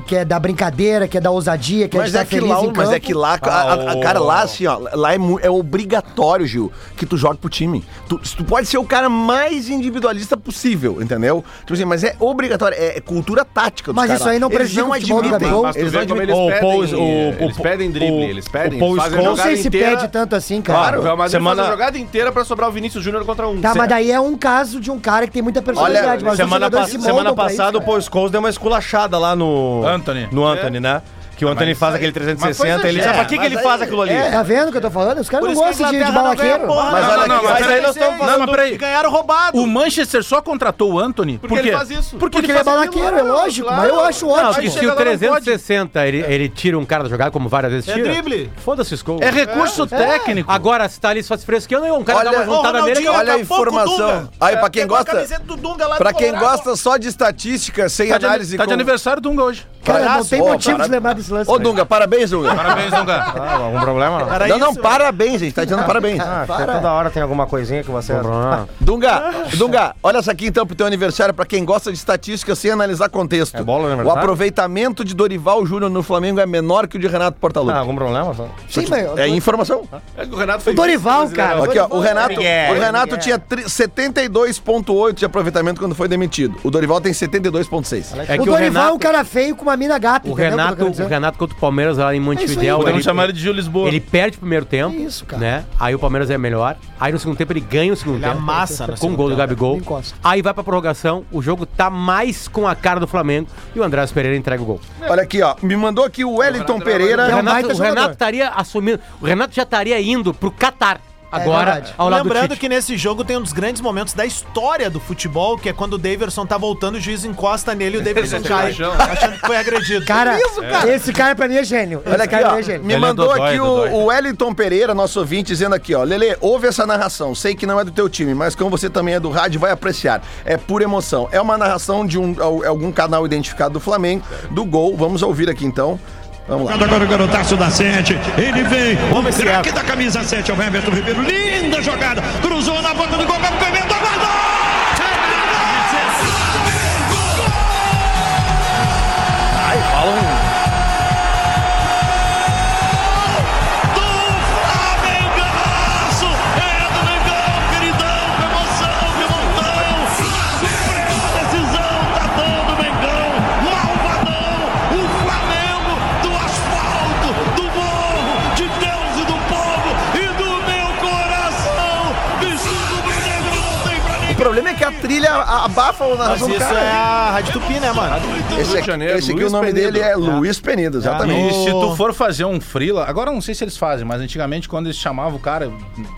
Speaker 7: que é da brincadeira, que é da ousadia, que é de
Speaker 1: Mas
Speaker 7: estar
Speaker 1: é que
Speaker 7: feliz
Speaker 1: lá,
Speaker 7: em campo. Ah,
Speaker 1: mas é que lá, a, a- a- cara, lá assim, ó, lá é, mu- é obrigatório, Gil, que tu jogue pro time. Tu, tu pode ser o cara mais individualista possível, entendeu? Tipo assim, mas é obrigatório, é, é cultura tática dos
Speaker 7: Mas
Speaker 1: caras
Speaker 7: isso aí não
Speaker 1: Eles
Speaker 7: prejudica
Speaker 1: não
Speaker 7: o futebol do
Speaker 1: admitem,
Speaker 7: Gabigol?
Speaker 8: Mas tu
Speaker 1: Eles
Speaker 8: vê
Speaker 1: não
Speaker 8: como
Speaker 1: admitem.
Speaker 8: eles
Speaker 3: o
Speaker 8: pedem,
Speaker 3: Paul- o-
Speaker 8: eh, eles
Speaker 3: o-
Speaker 8: pedem drible,
Speaker 3: o-
Speaker 8: eles pedem,
Speaker 3: o Paul
Speaker 8: eles fazem a
Speaker 3: Scholes-
Speaker 7: Não
Speaker 8: jogada
Speaker 7: sei se
Speaker 8: inteira.
Speaker 7: pede tanto assim, cara.
Speaker 8: Claro, o Real Madrid
Speaker 3: Semana-
Speaker 8: faz a jogada inteira pra sobrar o Vinícius Júnior contra um.
Speaker 7: Tá, mas daí é um caso de um cara que tem muita personalidade. mas os
Speaker 3: semana
Speaker 7: jogadores
Speaker 3: pass-
Speaker 7: se
Speaker 3: semana
Speaker 7: moldam pra isso,
Speaker 3: passada o
Speaker 7: cara.
Speaker 3: Paul Scholes deu uma esculachada lá no...
Speaker 4: Anthony.
Speaker 3: No
Speaker 8: É.
Speaker 3: Anthony, né? Que
Speaker 8: Ah,
Speaker 3: o Anthony faz aquele 360, ele...
Speaker 1: é,
Speaker 3: Ah, pra que, que
Speaker 1: mas
Speaker 3: ele
Speaker 1: aí-
Speaker 3: faz aquilo ali?
Speaker 7: É, tá vendo o que eu tô falando? Os caras
Speaker 5: Por
Speaker 7: não
Speaker 5: isso que a
Speaker 7: gostam de, de
Speaker 5: Inglaterra não ganha
Speaker 7: balaqueiro.
Speaker 5: porra,
Speaker 1: Mas
Speaker 5: né?
Speaker 1: olha
Speaker 4: não,
Speaker 1: aqui,
Speaker 4: mas
Speaker 1: mas aí nós estamos
Speaker 4: Não, mas peraí.
Speaker 5: Ganharam roubado.
Speaker 4: O Manchester só contratou o Anthony porque,
Speaker 8: ele faz isso.
Speaker 4: Porque,
Speaker 7: Porque ele
Speaker 4: ele
Speaker 7: é
Speaker 4: faz aquilo.
Speaker 7: balaqueiro, é lógico. Mas eu acho
Speaker 6: Não,
Speaker 7: ótimo.
Speaker 6: que se o 360 ele, ele tira um cara da jogada, como várias vezes
Speaker 5: É
Speaker 6: tira.
Speaker 5: drible.
Speaker 6: Foda-se os gols.
Speaker 4: É recurso técnico.
Speaker 6: Agora, se tá ali só se fresqueando, um cara dá uma juntada nele. ele-
Speaker 1: olha a
Speaker 5: daqui a pouco o
Speaker 1: informação.
Speaker 5: Dunga.
Speaker 1: Aí,
Speaker 4: É,
Speaker 1: pra quem
Speaker 5: Pegou a
Speaker 1: gosta,
Speaker 5: camiseta do Dunga lá
Speaker 1: pra
Speaker 5: do
Speaker 1: quem
Speaker 5: Colorado.
Speaker 1: gosta só de estatística, sem
Speaker 4: Tá de,
Speaker 1: análise...
Speaker 4: tá de
Speaker 1: com-
Speaker 4: aniversário do Dunga hoje.
Speaker 7: Cara, não tem
Speaker 1: Ô,
Speaker 7: motivo de
Speaker 1: parabéns.
Speaker 7: lembrar desse lance.
Speaker 1: Ô,
Speaker 7: cara.
Speaker 1: Dunga, parabéns, Dunga.
Speaker 4: Parabéns, <laughs> Dunga.
Speaker 3: Ah, algum problema? Não.
Speaker 5: Era
Speaker 1: não, não,
Speaker 5: isso, né?
Speaker 1: parabéns, gente. Tá dizendo parabéns.
Speaker 3: Ah, acho que toda hora tem alguma coisinha que você...
Speaker 1: Dunga, Dunga, olha essa aqui então pro teu aniversário, pra quem gosta de estatística sem analisar contexto.
Speaker 3: É bola no
Speaker 1: o
Speaker 3: aniversário?
Speaker 1: aproveitamento de Dorival Júnior no Flamengo é menor que o de Renato
Speaker 3: Ah,
Speaker 1: Portaluppi.
Speaker 3: algum problema? só?
Speaker 7: Sim, mas...
Speaker 1: é informação.
Speaker 8: É que o Renato foi
Speaker 7: Dorival,
Speaker 3: tá.
Speaker 7: cara.
Speaker 1: Aqui, ó, o Renato,
Speaker 3: Miguel,
Speaker 1: o Renato tinha tri- 72,8 de aproveitamento quando foi demitido. O Dorival tem 72,6.
Speaker 6: É
Speaker 7: o
Speaker 6: que o
Speaker 7: Dorival é um
Speaker 6: Renato,
Speaker 7: cara feio com uma mina gata.
Speaker 6: o
Speaker 7: entendeu que eu
Speaker 6: Renato,
Speaker 7: quero
Speaker 6: o
Speaker 7: dizer?
Speaker 6: Renato contra o Palmeiras lá em Montevidéu.
Speaker 7: aí,
Speaker 6: ele-
Speaker 4: Podemos chamar ele de Gil Lisboa.
Speaker 6: Ele perde o primeiro tempo.
Speaker 7: Que isso, cara.
Speaker 6: Né? Aí o Palmeiras é melhor. Aí no segundo tempo ele ganha o segundo
Speaker 5: Ele
Speaker 6: tempo.
Speaker 5: amassa no
Speaker 6: Com o
Speaker 5: segundo
Speaker 6: gol do
Speaker 5: tempo.
Speaker 6: Gabigol.
Speaker 7: Ele encosta.
Speaker 6: Aí vai pra prorrogação. O jogo tá mais com a cara do Flamengo. E o Andrés Pereira entrega o gol.
Speaker 1: Olha aqui, ó. Me mandou aqui o Wellington
Speaker 7: É
Speaker 6: O
Speaker 7: um
Speaker 1: Pereira.
Speaker 6: Renato,
Speaker 7: baita
Speaker 6: o
Speaker 7: jogador.
Speaker 6: Renato estaria assumindo. O Renato já estaria indo pro Catar. Agora,
Speaker 7: verdade.
Speaker 6: ao lado do
Speaker 5: Lembrando
Speaker 6: Tite.
Speaker 5: que nesse jogo tem um dos grandes momentos da história do futebol, que é quando o Daverson tá voltando, o juiz encosta <laughs> nele e o Daverson cai, achando que foi agredido. <laughs>
Speaker 7: Cara, esse cara pra mim é gênio. Esse
Speaker 1: Olha aqui,
Speaker 7: cara pra mim
Speaker 1: ó.
Speaker 7: é gênio.
Speaker 1: Me
Speaker 4: Ele é
Speaker 1: mandou
Speaker 4: dodói,
Speaker 1: aqui
Speaker 4: dodói.
Speaker 1: o, o Wellington Pereira, nosso ouvinte, dizendo aqui, ó. Lele, ouve essa narração. Sei que não é do teu time, mas como você também é do rádio, vai apreciar. É pura emoção. É uma narração de um, al- algum canal identificado do Flamengo, do gol. Vamos ouvir aqui então. Vamos lá.
Speaker 2: Agora o garotaço da 7. Ele vem.
Speaker 5: Vamos esse
Speaker 2: Craque
Speaker 5: eco.
Speaker 2: da camisa 7 é o Everton Ribeiro. Linda jogada. Cruzou na boca do gol. Gabigol inventou, guardou! do Flamengaço! É do Mengão, queridão, com emoção, meu montão! Suprema decisão tá dando Mengão, malvadão! O Flamengo do asfalto, do morro, de Deus e do povo e do meu coração! Vestido do negro não tem pra
Speaker 1: O
Speaker 2: ninguém!
Speaker 1: problema é que a trilha a- abafa a
Speaker 5: Mas
Speaker 1: narração do
Speaker 5: isso
Speaker 1: cara.
Speaker 5: é a Rádio Tupi, né, mano?
Speaker 1: Esse,
Speaker 8: é Rio
Speaker 1: aqui,
Speaker 8: de Janeiro,
Speaker 1: esse aqui
Speaker 8: Luiz
Speaker 1: o nome
Speaker 8: Penido.
Speaker 1: dele é Luiz Penido, exatamente.
Speaker 4: E se
Speaker 5: Ô.
Speaker 4: tu for fazer um freela, agora eu não sei se eles fazem, mas antigamente quando eles chamavam o cara,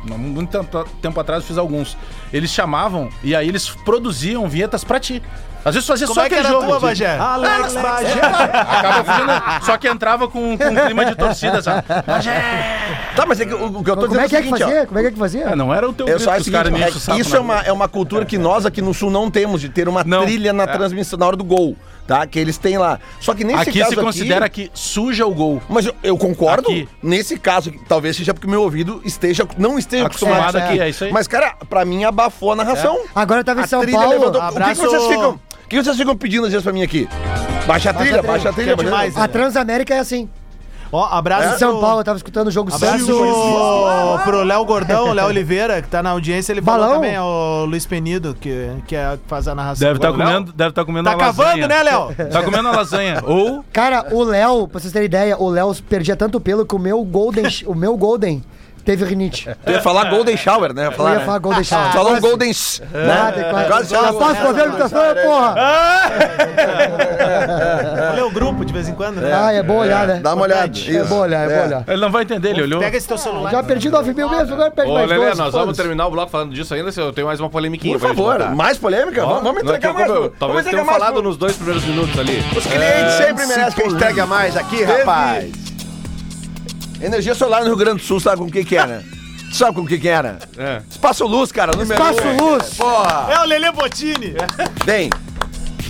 Speaker 4: há muito tempo- tempo atrás eu fiz alguns, eles chamavam e aí eles produziam vinhetas pra ti. Às vezes fazia
Speaker 5: Como
Speaker 4: só
Speaker 5: é que
Speaker 4: aquele
Speaker 5: era a
Speaker 4: jogo.
Speaker 5: tua, Bagé? Alex Bagé.
Speaker 4: Acaba fugindo, <laughs> só que entrava com, com um clima de torcida, sabe?
Speaker 1: Tá, mas é que o, o que eu tô
Speaker 7: Como
Speaker 1: dizendo
Speaker 7: é que é que
Speaker 1: seguinte, ó.
Speaker 7: fazia? Como é que é que fazia?
Speaker 4: É, não era o teu
Speaker 1: Eu
Speaker 4: grito
Speaker 1: só
Speaker 4: que
Speaker 1: acho
Speaker 4: os
Speaker 1: que
Speaker 4: caras me enchem o saco
Speaker 1: isso
Speaker 4: na
Speaker 1: é uma, é uma cultura que nós aqui no Sul não temos, de ter uma
Speaker 4: Não. É.
Speaker 1: trilha na transmissão, na hora do gol, tá? Que eles têm lá. Só que nesse
Speaker 4: Aqui
Speaker 1: caso
Speaker 4: se considera que suja o gol.
Speaker 1: Mas eu, eu concordo,
Speaker 4: Aqui.
Speaker 1: nesse caso, talvez seja porque meu ouvido esteja, não esteja acostumado,
Speaker 4: Acostumado
Speaker 1: aqui.
Speaker 4: aqui, é isso aí. É.
Speaker 1: Mas, cara, pra mim abafou a narração.
Speaker 7: Agora eu tava em
Speaker 1: A
Speaker 7: São
Speaker 1: trilha levantou-
Speaker 7: Paulo.
Speaker 1: O que que,
Speaker 5: Abraço.
Speaker 1: vocês ficam, o que vocês ficam pedindo às vezes pra mim aqui? Baixa a trilha, baixa a trilha.
Speaker 5: trilha
Speaker 1: baixa a
Speaker 5: demais,
Speaker 1: trilha.
Speaker 7: A Transamérica é assim.
Speaker 5: Ó, abraço.
Speaker 7: Em São Paulo, eu tava escutando o jogo
Speaker 5: Abraço
Speaker 7: Santos.
Speaker 5: pro Léo Gordão, Léo Oliveira, que tá na audiência. Ele falou
Speaker 7: Balão.
Speaker 5: também, o Luiz Penido, que, que é, que faz a narração.
Speaker 4: Deve estar comendo, deve tá comendo
Speaker 5: Tá
Speaker 4: uma
Speaker 5: cavando,
Speaker 4: lasanha.
Speaker 5: né, Léo?
Speaker 4: Tá comendo uma
Speaker 5: <laughs>
Speaker 4: lasanha. Ou
Speaker 7: Cara, o Léo, pra vocês terem ideia, o Léo perdia tanto pelo que o meu Golden, o meu Golden teve rinite.
Speaker 1: Tu ia falar Golden Shower, né? Ia
Speaker 7: Eu
Speaker 1: falar,
Speaker 7: ia
Speaker 1: né?
Speaker 7: falar gol <laughs> deixar.
Speaker 1: Tu Falou um Golden. s-
Speaker 7: Nada, é
Speaker 1: Né?
Speaker 7: quase.
Speaker 1: Quase
Speaker 7: Já
Speaker 1: falou-
Speaker 7: posso fazer a imitação, é, porra. É.
Speaker 5: Olha o grupo de vez em quando, né?
Speaker 7: Ah, é bom olhar, né?
Speaker 1: Dá uma olhada.
Speaker 7: É bom olhar, é bom olhar.
Speaker 4: Ele não vai entender, ele olhou.
Speaker 5: Pega esse teu celular.
Speaker 7: Já perdi 9 mil mesmo, agora perde
Speaker 8: Ô,
Speaker 7: mais
Speaker 8: Lelê,
Speaker 7: 12.
Speaker 8: nós vamos
Speaker 7: foda-se.
Speaker 8: terminar o bloco falando disso ainda, se eu tenho mais uma polemiquinha.
Speaker 1: Por
Speaker 8: pra gente
Speaker 1: favor,
Speaker 8: botar.
Speaker 1: mais polêmica? Vamos, vamos
Speaker 8: Não é que
Speaker 1: entregar
Speaker 8: eu-
Speaker 1: mais. um.
Speaker 8: eu-
Speaker 1: Vamos
Speaker 4: um
Speaker 8: Talvez
Speaker 1: entregar
Speaker 8: tenham
Speaker 1: mais
Speaker 8: falado
Speaker 1: pro-
Speaker 8: nos dois primeiros minutos ali.
Speaker 1: Os clientes sempre merecem que a gente entregue a mais aqui, rapaz. Energia solar no Rio Grande do Sul, sabe com o que que era? Tu sabe com o que que era?
Speaker 8: É.
Speaker 1: Espaço Luz, cara. Número
Speaker 7: Espaço
Speaker 1: um.
Speaker 7: luz.
Speaker 1: Porra.
Speaker 5: É o Lele Botini.
Speaker 1: Bem,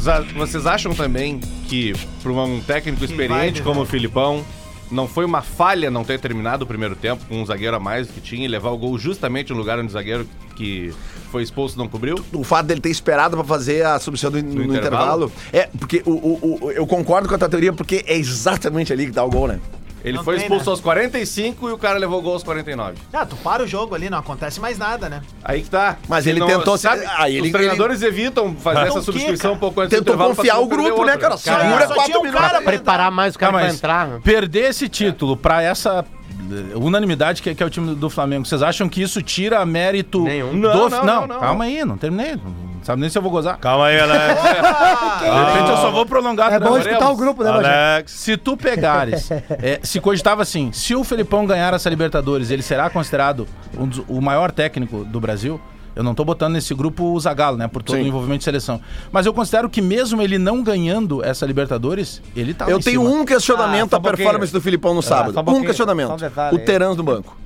Speaker 8: Za- Vocês acham também que, para um técnico experiente
Speaker 4: né?
Speaker 5: vai,
Speaker 8: como o Filipão, não foi uma falha não ter terminado o primeiro tempo com um zagueiro a mais que tinha e levar o gol justamente no lugar onde o zagueiro que foi expulso não cobriu?
Speaker 1: o fato dele ter esperado pra fazer a substituição do- no, intervalo. É, porque o, o- o- eu concordo com a tua teoria, porque é exatamente ali que dá o gol, né?
Speaker 8: Ele
Speaker 5: Não
Speaker 8: foi
Speaker 5: tem,
Speaker 8: expulso
Speaker 5: né?
Speaker 8: aos 45 e o cara levou o gol aos 49.
Speaker 5: Ah, tu para o jogo ali, não acontece mais nada, né?
Speaker 8: Aí que tá.
Speaker 1: Mas
Speaker 8: Se
Speaker 1: ele tentou se- aí ele-
Speaker 8: os treinadores evitam fazer essa
Speaker 5: o quê,
Speaker 8: substituição um
Speaker 5: cara?
Speaker 8: pouco antes
Speaker 1: Tentou
Speaker 8: do intervalo. pra
Speaker 1: confiar
Speaker 8: não
Speaker 1: o
Speaker 8: perder
Speaker 1: grupo,
Speaker 8: outra.
Speaker 1: né, cara?
Speaker 8: Cara,
Speaker 1: Segura
Speaker 5: só
Speaker 1: quatro
Speaker 5: tinha um
Speaker 1: minutos.
Speaker 5: cara pra entrar.
Speaker 6: Preparar mais o cara
Speaker 4: Tá,
Speaker 6: pra
Speaker 4: mas
Speaker 8: né?
Speaker 6: entrar.
Speaker 4: perder
Speaker 8: É.
Speaker 4: esse título pra essa eh, unanimidade que é, que é o time do Flamengo, vocês acham que isso tira mérito
Speaker 6: Nenhum.
Speaker 4: do... Não,
Speaker 8: Não, não, não, não.
Speaker 4: calma aí, não terminei. Não sabe nem se eu vou gozar.
Speaker 3: Calma aí,
Speaker 8: <laughs> É,
Speaker 3: Alex.
Speaker 4: De repente eu só vou prolongar.
Speaker 7: É
Speaker 4: a
Speaker 7: bom
Speaker 4: trama.
Speaker 7: escutar o grupo, né, Bagé?
Speaker 3: Alex.
Speaker 4: Se tu
Speaker 6: <laughs>
Speaker 4: pegares, é, se cogitava assim, se o Felipão ganhar essa Libertadores, ele será considerado um dos- o maior técnico do Brasil? Eu não tô botando nesse grupo o Zagallo, né, por todo o envolvimento de seleção. Mas eu considero que mesmo ele não ganhando essa Libertadores, ele tá lá
Speaker 1: Eu
Speaker 4: em
Speaker 1: tenho
Speaker 4: cima.
Speaker 1: um questionamento
Speaker 3: Ah, só
Speaker 1: à performance
Speaker 3: pouquinho.
Speaker 1: do Filipão no sábado.
Speaker 3: só
Speaker 1: um
Speaker 3: pouquinho.
Speaker 1: questionamento.
Speaker 3: Só um detalhe
Speaker 1: o
Speaker 3: aí.
Speaker 1: Terans no banco.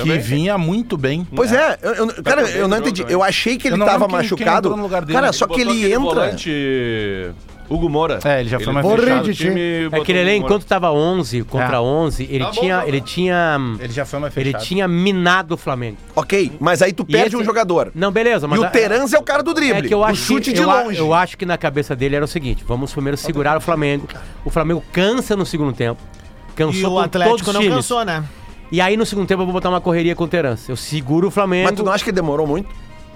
Speaker 4: que vinha muito bem.
Speaker 1: Pois
Speaker 6: Né?
Speaker 1: é, eu- eu- cara,
Speaker 8: também,
Speaker 1: eu não
Speaker 8: jogo
Speaker 1: entendi.
Speaker 8: também.
Speaker 1: Eu achei que ele
Speaker 4: Eu não
Speaker 1: tava
Speaker 4: lembro quem- quem
Speaker 1: machucado.
Speaker 4: entrou no lugar dele.
Speaker 1: Cara,
Speaker 4: Ele
Speaker 1: só que
Speaker 8: botou
Speaker 1: ele
Speaker 8: aquele
Speaker 1: entra.
Speaker 8: Volante... Hugo Moura.
Speaker 4: É, ele já foi mais
Speaker 8: fechado
Speaker 7: fechado.
Speaker 8: o
Speaker 7: Borride,
Speaker 8: time e botou
Speaker 6: É que
Speaker 8: o Hugo
Speaker 6: ele,
Speaker 8: Moura.
Speaker 6: enquanto tava 11 contra
Speaker 4: Ah.
Speaker 6: 11, ele
Speaker 8: Tá bom,
Speaker 6: tinha.
Speaker 8: tá bom.
Speaker 6: ele tinha.
Speaker 4: Ele já foi mais
Speaker 6: Ele
Speaker 4: fechado.
Speaker 6: tinha minado o Flamengo.
Speaker 1: Ok, mas aí tu
Speaker 6: E
Speaker 1: perde
Speaker 6: esse-
Speaker 1: um jogador.
Speaker 6: Não, beleza, mas.
Speaker 1: e
Speaker 6: a-
Speaker 1: o Terans é o cara do drible.
Speaker 6: É que eu
Speaker 1: do
Speaker 6: acho,
Speaker 1: chute de
Speaker 6: eu, a-
Speaker 1: longe.
Speaker 6: eu acho que na cabeça dele era o seguinte: vamos primeiro segurar o Flamengo. O Flamengo cansa no segundo tempo. Cansou
Speaker 5: E o
Speaker 6: com todos
Speaker 5: Atlético
Speaker 6: os
Speaker 5: não
Speaker 6: times.
Speaker 5: cansou, né?
Speaker 6: E aí no segundo tempo eu vou botar uma correria com o Terence. Eu seguro o Flamengo.
Speaker 1: Mas tu não acha que demorou muito?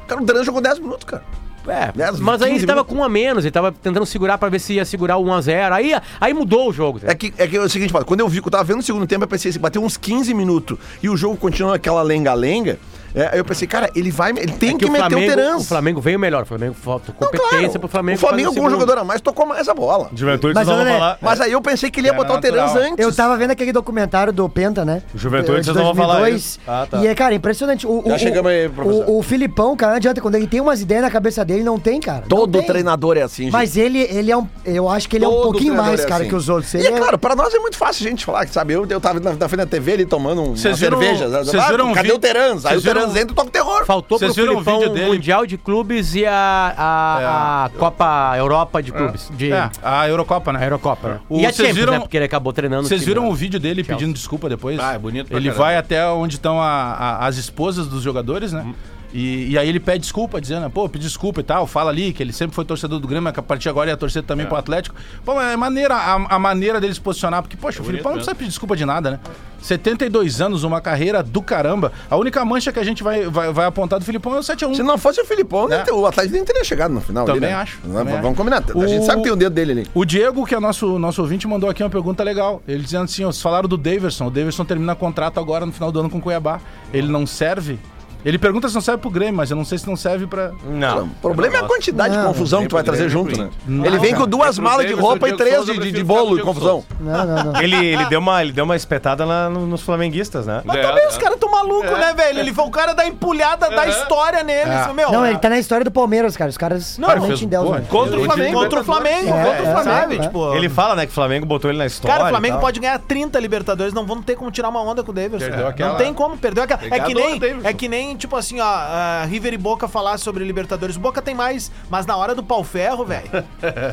Speaker 1: Cara, o Terans jogou 10 minutos, cara.
Speaker 6: É,
Speaker 1: Dez,
Speaker 6: mas aí
Speaker 1: 15
Speaker 6: ele tava
Speaker 1: minutos.
Speaker 6: com um a menos, ele tava tentando segurar pra ver se ia segurar o 1 a 0. Aí, aí mudou o jogo.
Speaker 1: É que é, que é o seguinte, Paulo, quando eu vi que eu tava vendo o segundo tempo, eu pensei assim, bateu uns 15 minutos e o jogo continua aquela lenga-lenga. é, aí eu pensei, cara, ele vai. Ele tem
Speaker 6: É
Speaker 1: que,
Speaker 6: o
Speaker 1: meter
Speaker 6: Flamengo,
Speaker 1: o Terans.
Speaker 6: O Flamengo veio melhor, o Flamengo falta
Speaker 1: Não,
Speaker 6: competência
Speaker 1: claro,
Speaker 6: pro Flamengo.
Speaker 1: O Flamengo,
Speaker 6: fazer
Speaker 5: é
Speaker 1: com um
Speaker 6: segundo.
Speaker 1: jogador a mais, tocou mais a bola.
Speaker 3: Juventude,
Speaker 7: Mas,
Speaker 3: nós vamos
Speaker 7: Lelê,
Speaker 3: falar.
Speaker 1: Mas aí eu pensei que ele ia
Speaker 4: Era
Speaker 1: botar o Terans
Speaker 4: natural.
Speaker 1: antes.
Speaker 7: Eu tava vendo aquele documentário do Penta, né?
Speaker 3: Juventude,
Speaker 7: De
Speaker 3: vocês não vão falar
Speaker 7: 2002.
Speaker 3: isso. Ah, tá.
Speaker 7: E é, cara, impressionante. O,
Speaker 1: Já
Speaker 7: o-
Speaker 1: chegamos aí,
Speaker 7: o-
Speaker 1: professor.
Speaker 7: O, o Filipão, cara, não adianta. Quando ele tem umas ideias na cabeça dele, não tem, cara. Não
Speaker 1: Todo
Speaker 7: tem.
Speaker 1: treinador é assim, gente.
Speaker 7: Mas ele, ele é um. Eu acho que ele é um
Speaker 1: Todo
Speaker 7: pouquinho
Speaker 1: treinador
Speaker 7: mais,
Speaker 1: é
Speaker 7: cara,
Speaker 1: assim.
Speaker 7: que os outros. Ele
Speaker 1: E é claro, pra nós é muito fácil a gente falar, sabe? Eu, eu tava na, na frente da TV ali tomando um- uma
Speaker 4: Vocês viram-
Speaker 1: cerveja. sabe?
Speaker 4: vocês
Speaker 1: Ah,
Speaker 4: viram
Speaker 1: cadê
Speaker 4: vi-
Speaker 1: o Terans? Aí o
Speaker 4: vocês viram-
Speaker 1: Terans entra e toca o terror.
Speaker 6: Faltou
Speaker 4: Vocês
Speaker 6: pro
Speaker 4: viram o
Speaker 6: Filipão
Speaker 4: vídeo dele?
Speaker 6: o Mundial de Clubes e a, a, a Copa Europa de Clubes. De
Speaker 4: É, a Eurocopa, né?
Speaker 6: a Eurocopa. né?
Speaker 4: O-
Speaker 6: e a
Speaker 4: vocês
Speaker 6: Champions,
Speaker 4: viram-
Speaker 6: né? Porque ele acabou treinando.
Speaker 4: Vocês
Speaker 6: o time,
Speaker 4: viram
Speaker 6: né?
Speaker 4: o vídeo dele
Speaker 6: Chelsea.
Speaker 4: pedindo desculpa depois?
Speaker 8: Ah, é bonito pra
Speaker 4: Ele
Speaker 8: caramba.
Speaker 4: vai até onde estão a- a- as esposas dos jogadores, né? E, e aí ele pede desculpa, dizendo, pô, pedi desculpa e tal. Fala ali que ele sempre foi torcedor do Grêmio, mas que a partir de agora ele é torcedor também pro Atlético. Pô, mas é maneira, a, a maneira dele se posicionar, porque, poxa, o Filipão não
Speaker 8: É mesmo.
Speaker 4: precisa pedir desculpa de nada, né? 72 anos, uma carreira do caramba. A única mancha que a gente vai, vai, vai apontar do Filipão é o 7x1.
Speaker 1: Se não fosse o Filipão, né,
Speaker 4: É.
Speaker 1: o Atlético nem teria chegado no final. ali,
Speaker 4: Também
Speaker 1: né?
Speaker 4: acho,
Speaker 1: Não,
Speaker 4: também
Speaker 1: vamos
Speaker 4: acho.
Speaker 1: combinar. A gente
Speaker 4: O-
Speaker 1: sabe que tem o dedo dele ali.
Speaker 4: O Diego, que é o nosso, nosso ouvinte, mandou aqui uma pergunta legal. Ele dizendo assim: ó, vocês falaram do Daverson. O Daverson termina contrato agora no final do ano com o Cuiabá. Ele não serve? Ele pergunta se não serve pro Grêmio, mas eu não sei se não serve pra.
Speaker 1: O problema é a quantidade de
Speaker 7: Não.
Speaker 1: confusão que tu vai trazer junto, né?
Speaker 4: Não,
Speaker 1: ele vem
Speaker 4: cara.
Speaker 1: com duas
Speaker 8: Pro
Speaker 1: malas de
Speaker 8: Davidson,
Speaker 1: roupa e
Speaker 8: Diego
Speaker 1: três
Speaker 8: Souza,
Speaker 1: de,
Speaker 8: eu
Speaker 1: de, de
Speaker 8: prefiro ficar com
Speaker 1: bolo de
Speaker 8: o Diego
Speaker 1: confusão.
Speaker 8: Souza.
Speaker 7: Não, não, não.
Speaker 3: Ele, ele, deu uma, ele deu uma espetada lá no- nos flamenguistas, né?
Speaker 8: É,
Speaker 5: Mas também
Speaker 8: é.
Speaker 5: os caras tão malucos, né, velho? Ele foi o cara da empulhada
Speaker 4: É.
Speaker 5: da história É neles, meu.
Speaker 7: É. Não, ele tá na história do Palmeiras, cara. Os caras
Speaker 4: Cara,
Speaker 7: não
Speaker 4: fez
Speaker 7: mentem
Speaker 4: um
Speaker 7: em Deus,
Speaker 4: gol,
Speaker 7: né?
Speaker 4: né?
Speaker 5: Contra o Flamengo. Contra o Flamengo.
Speaker 7: É,
Speaker 5: Contra
Speaker 7: é,
Speaker 5: o Flamengo,
Speaker 7: é.
Speaker 5: tipo...
Speaker 3: Ele fala, né, que o Flamengo botou ele na história.
Speaker 5: Cara, o Flamengo
Speaker 3: e tal.
Speaker 5: pode ganhar 30 Libertadores, não vão ter como tirar uma onda com o Davidson.
Speaker 4: Perdeu aquela-
Speaker 5: Não tem como, perdeu aquela. É
Speaker 8: Pegador,
Speaker 5: que, nem,
Speaker 8: Davidson.
Speaker 5: é que nem, tipo assim, ó, a River e Boca falar sobre Libertadores. Boca tem mais, mas na hora do pau-ferro, velho.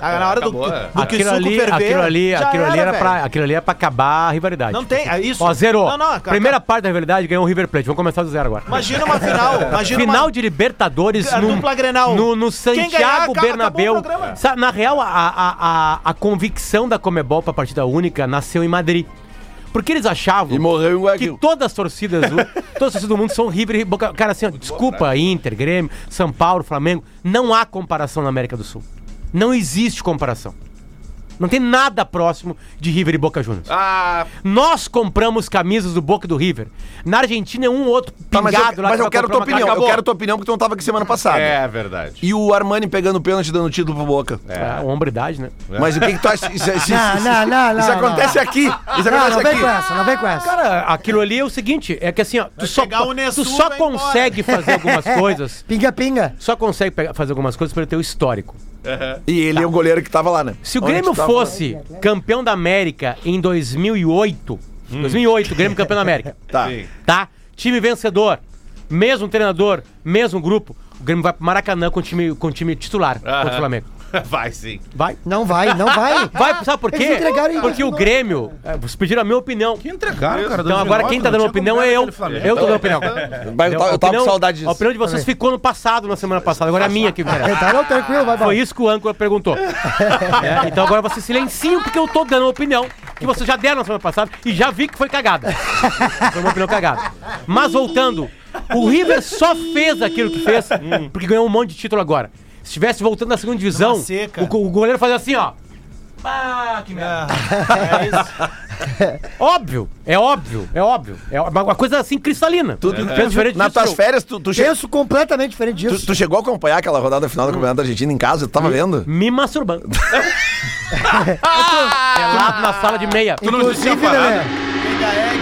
Speaker 5: a- Na hora do,
Speaker 8: Acabou,
Speaker 5: do,
Speaker 8: é.
Speaker 5: do que
Speaker 6: Aquilo
Speaker 5: o suco
Speaker 6: ali,
Speaker 5: ferver,
Speaker 6: aquilo ali,
Speaker 5: já
Speaker 6: aquilo ali era,
Speaker 5: velho.
Speaker 6: pra, aquilo ali era pra acabar a rivalidade.
Speaker 5: Não tem, é isso.
Speaker 6: Ó, zerou.
Speaker 5: Não, não, acaba-
Speaker 6: Primeira parte da rivalidade ganhou o River Plate. Vamos começar do zero agora.
Speaker 5: <laughs> Imagina uma
Speaker 6: <laughs>
Speaker 5: final. Imagina
Speaker 6: Final
Speaker 5: uma...
Speaker 6: de Libertadores
Speaker 5: A
Speaker 6: no,
Speaker 5: dupla Grenal.
Speaker 6: no, no
Speaker 5: Quem ganhar,
Speaker 6: Santiago
Speaker 5: acaba-
Speaker 6: Bernabéu.
Speaker 5: acabou o programa.
Speaker 6: Sa- Na real, a, a, a, a convicção da Comebol pra partida única nasceu em Madrid. Porque eles achavam
Speaker 1: E morreu em
Speaker 6: que
Speaker 1: Guayaquil.
Speaker 6: todas as torcidas do, todas as torcidas do mundo são River e Boca. Cara, assim, ó, desculpa, Inter, Grêmio, São Paulo, Flamengo. Não há comparação na América do Sul. Não existe comparação. Não tem nada próximo de River e Boca Juniors.
Speaker 8: Ah,
Speaker 6: Nós compramos camisas do Boca e do River. Na Argentina é um ou outro
Speaker 1: Tá,
Speaker 6: pingado
Speaker 1: mas eu,
Speaker 6: lá
Speaker 1: mas
Speaker 6: que
Speaker 1: eu
Speaker 6: vai
Speaker 1: quero
Speaker 6: comprar
Speaker 1: tua
Speaker 6: uma
Speaker 1: opinião.
Speaker 6: camisa.
Speaker 1: Eu quero tua opinião porque tu não tava aqui semana passada.
Speaker 8: é verdade.
Speaker 1: E o Armani pegando pênalti dando título pro Boca.
Speaker 6: É, hombridade, né?
Speaker 1: Mas o que, que tu acha? Isso, é- isso-
Speaker 7: Não,
Speaker 1: isso-
Speaker 7: não, não, não,
Speaker 1: isso
Speaker 7: não.
Speaker 1: acontece aqui. Isso
Speaker 7: Não,
Speaker 1: acontece
Speaker 7: não vem
Speaker 1: aqui.
Speaker 7: com essa, não vem com essa.
Speaker 6: Cara, aquilo ali é o seguinte, é que assim, ó, tu só,
Speaker 5: chegar o Nessu,
Speaker 6: tu só
Speaker 5: vai embora.
Speaker 6: consegue fazer algumas coisas,
Speaker 7: Pinga, pinga.
Speaker 6: só consegue pegar- fazer algumas coisas pelo teu histórico.
Speaker 1: E ele é o goleiro que tava lá, né?
Speaker 6: Se o
Speaker 1: Onde
Speaker 6: Grêmio
Speaker 1: tu tava?
Speaker 6: fosse campeão da América em 2008, 2008, Grêmio campeão da América,
Speaker 1: Tá.
Speaker 6: tá? Time vencedor, mesmo treinador, mesmo grupo, o Grêmio vai pro Maracanã com o time, com o time titular contra o Flamengo.
Speaker 8: Vai sim.
Speaker 6: Vai.
Speaker 7: Não vai, não vai.
Speaker 6: Vai, sabe por
Speaker 7: Eles
Speaker 6: quê?
Speaker 7: entregaram em
Speaker 6: Porque o
Speaker 7: 2009.
Speaker 6: Grêmio, é, vocês pediram a minha opinião.
Speaker 4: Entregaram, cara.
Speaker 6: Então agora quem
Speaker 4: né?
Speaker 6: tá dando opinião é eu. Eu tô dando opinião.
Speaker 1: É. Mas eu, tava- eu tava com saudade
Speaker 6: A
Speaker 1: disso.
Speaker 6: opinião de
Speaker 5: É.
Speaker 6: vocês ficou no passado, na semana passada. Agora é a minha
Speaker 5: <laughs>
Speaker 6: que interessa.
Speaker 7: Tá, não, tranquilo, vai, vai.
Speaker 6: Foi isso que o âncora perguntou. É, então agora vocês silenciam porque eu tô dando a opinião que vocês já deram na semana passada e já vi que foi cagada. Foi uma opinião cagada. Mas voltando, o River só fez aquilo que fez porque ganhou um monte de título agora. Se estivesse voltando na segunda divisão,
Speaker 5: Hum. Numa seca.
Speaker 6: o, go- o goleiro fazia assim, ó. Ah, que merda.
Speaker 5: É isso.
Speaker 6: Óbvio, é óbvio, é óbvio. É ó- uma coisa assim cristalina.
Speaker 1: Tudo
Speaker 6: Fez diferente
Speaker 1: Nas
Speaker 6: disso,
Speaker 1: tuas
Speaker 6: eu-
Speaker 1: férias, tu, tu, che-
Speaker 7: Penso completamente diferente
Speaker 1: tu-
Speaker 7: disso.
Speaker 1: tu chegou a acompanhar aquela rodada final do Campeonato Argentino em casa? Tu tava vendo?
Speaker 6: Me masturbando. Pelado na sala de meia.
Speaker 7: Inclusive, Lelê,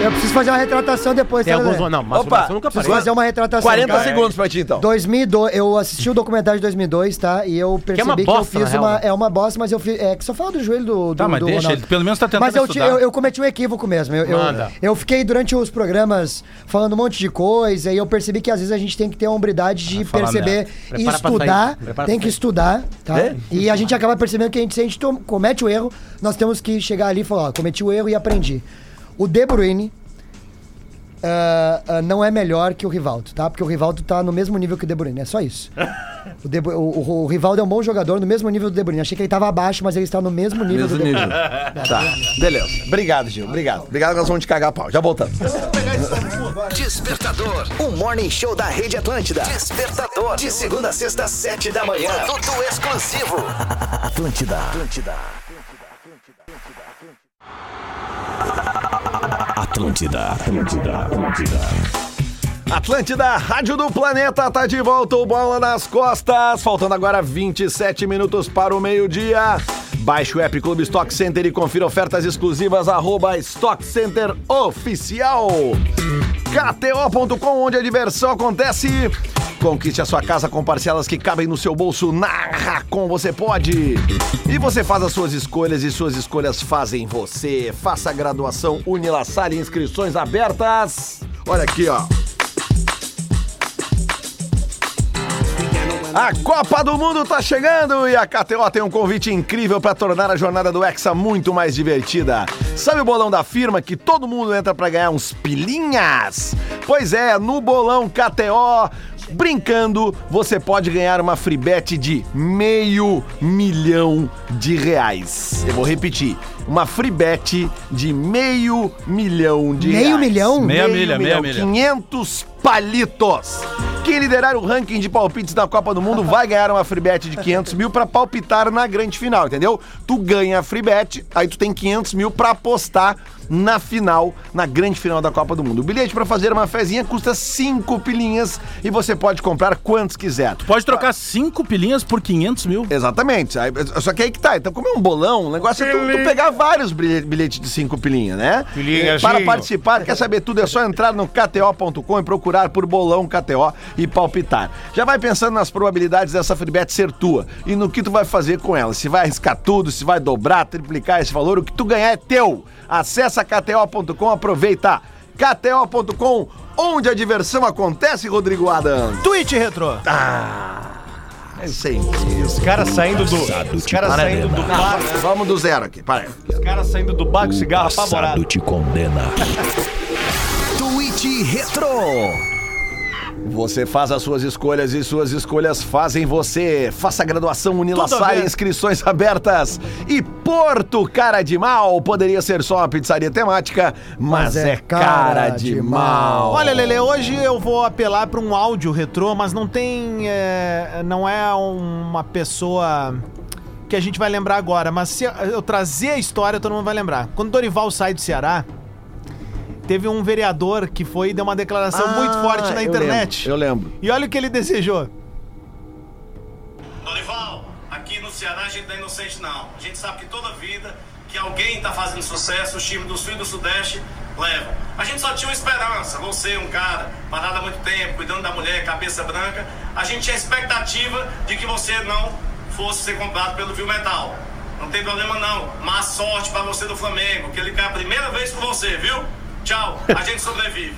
Speaker 7: eu preciso fazer uma retratação depois,
Speaker 6: Tem
Speaker 7: tá, Lelê?
Speaker 6: alguns. Não, masturbação nunca
Speaker 7: Preciso
Speaker 6: parei.
Speaker 7: fazer uma retratação.
Speaker 1: 40
Speaker 7: cara.
Speaker 1: segundos pra ti, então.
Speaker 7: 2002, eu assisti o documentário de 2002, tá? E eu percebi que,
Speaker 6: uma
Speaker 7: eu
Speaker 6: bosta, na
Speaker 7: fiz
Speaker 6: real,
Speaker 7: uma.
Speaker 6: né?
Speaker 7: É uma bosta, mas eu fiz. É que só fala do joelho do. do
Speaker 4: Tá, mas
Speaker 7: do
Speaker 4: deixa, ele pelo menos tá tentando
Speaker 7: Mas eu, te-
Speaker 4: estudar.
Speaker 7: eu, eu cometi um equívoco mesmo. Eu, eu,
Speaker 6: Manda.
Speaker 7: eu fiquei durante os programas falando um monte de coisa e eu percebi que às vezes a gente tem que ter a hombridade de
Speaker 4: falar
Speaker 7: perceber
Speaker 4: merda.
Speaker 7: e
Speaker 6: Prepara pra
Speaker 7: estudar.
Speaker 6: sair. Prepara
Speaker 7: Tem
Speaker 6: pra
Speaker 7: que estudar, tá?
Speaker 1: É?
Speaker 7: E a gente acaba percebendo que a gente, se a gente tom- comete o erro, nós temos que chegar ali e falar: ó, cometi o erro e aprendi. O De Bruyne, ah, ah, não é melhor que o Rivaldo, tá? Porque o Rivaldo tá no mesmo nível que o De Bruyne, é só isso. o, De, Bru- o- o- o Rivaldo é um bom jogador no mesmo nível do De Bruyne. Achei que ele tava abaixo, mas ele está no mesmo nível
Speaker 1: Mesmo
Speaker 7: do De
Speaker 1: nível.
Speaker 7: Bruyne.
Speaker 1: Tá. Beleza. Obrigado, Gil. Obrigado. Obrigado, nós vamos te cagar a pau. Já voltamos.
Speaker 9: Despertador. O morning show da Rede Atlântida. Despertador. De segunda a sexta, às sete da manhã. Produto exclusivo. Atlântida. Atlântida. Atlântida. Atlântida. Atlântida.
Speaker 1: Atlântida, Rádio do Planeta, tá de volta o Bola nas Costas. Faltando agora 27 minutos para o meio-dia. Baixe o app Clube Stock Center e confira ofertas exclusivas, arroba Stock Center Oficial. KTO.com, onde a diversão acontece. Conquiste a sua casa com parcelas que cabem no seu bolso. Na Racon você pode. E você faz as suas escolhas e suas escolhas fazem você. Faça a graduação Unila Salle, inscrições abertas. Olha aqui, ó. A Copa do Mundo tá chegando e a KTO tem um convite incrível pra tornar a jornada do Hexa muito mais divertida. Sabe o bolão da firma que todo mundo entra pra ganhar uns pilinhas? Pois é, no bolão KTO, brincando, você pode ganhar uma free bet de meio milhão de reais. Eu vou repetir, uma free bet de meio milhão de
Speaker 7: Meio
Speaker 1: reais.
Speaker 7: milhão?
Speaker 4: Meia milha, meia milha.
Speaker 1: 500 palitos. Quem liderar o ranking de palpites da Copa do Mundo vai ganhar uma free bet de 500 mil pra palpitar na grande final, entendeu? Tu ganha a free bet, aí tu tem 500 mil pra apostar na final, na grande final da Copa do Mundo. O bilhete pra fazer uma fezinha custa 5 pilinhas e você pode comprar quantos quiser.
Speaker 4: Pode trocar 5 pilinhas por 500 mil.
Speaker 1: Exatamente. Aí, Só que aí que tá. Então, como é um bolão, o negócio é tu, tu pegar vários bilhe- bilhetes de cinco pilinha, né?
Speaker 8: Pilinhazinho.
Speaker 1: Para participar, quer saber tudo? É só entrar no KTO.com e procurar por bolão KTO e palpitar. Já vai pensando nas probabilidades dessa freebet ser tua e no que tu vai fazer com ela. Se vai arriscar tudo, se vai dobrar, triplicar esse valor, o que tu ganhar é teu. Acessa KTO.com, aproveita. KTO.com, onde a diversão acontece, Rodrigo Adams.
Speaker 5: Tweet retrô.
Speaker 1: É sempre isso.
Speaker 3: Os caras saindo do. Os caras saindo do bar.
Speaker 1: Vamos do zero aqui, para aí.
Speaker 3: Os caras saindo do bar com cigarro apavorado.
Speaker 9: te condena. Tweet Retro.
Speaker 1: Você faz as suas escolhas e suas escolhas fazem você. Faça a graduação Unilassar,
Speaker 5: bem.
Speaker 1: inscrições abertas. E Porto Cara de Mal poderia ser só uma pizzaria temática, mas, é, cara, de, mal.
Speaker 5: Olha, Lele, hoje eu vou apelar para um áudio retrô, mas não tem. é, não é uma pessoa que a gente vai lembrar agora, mas se eu trazer a história, todo mundo vai lembrar. Quando Dorival sai do Ceará, teve um vereador que foi e deu uma declaração muito forte na internet.
Speaker 1: Ah, Eu lembro.
Speaker 5: E olha o que ele desejou.
Speaker 10: Dorival, aqui no Ceará a gente não é inocente não. A gente sabe que toda vida que alguém está fazendo sucesso, os times do Sul e do Sudeste levam. A gente só tinha uma esperança, você, um cara, parado há muito tempo, cuidando da mulher, cabeça branca. A gente tinha expectativa de que você não fosse ser comprado pelo Viu Metal. Não tem problema não. Má sorte para você do Flamengo, que ele cai a primeira vez com você, viu? Tchau, a gente sobrevive.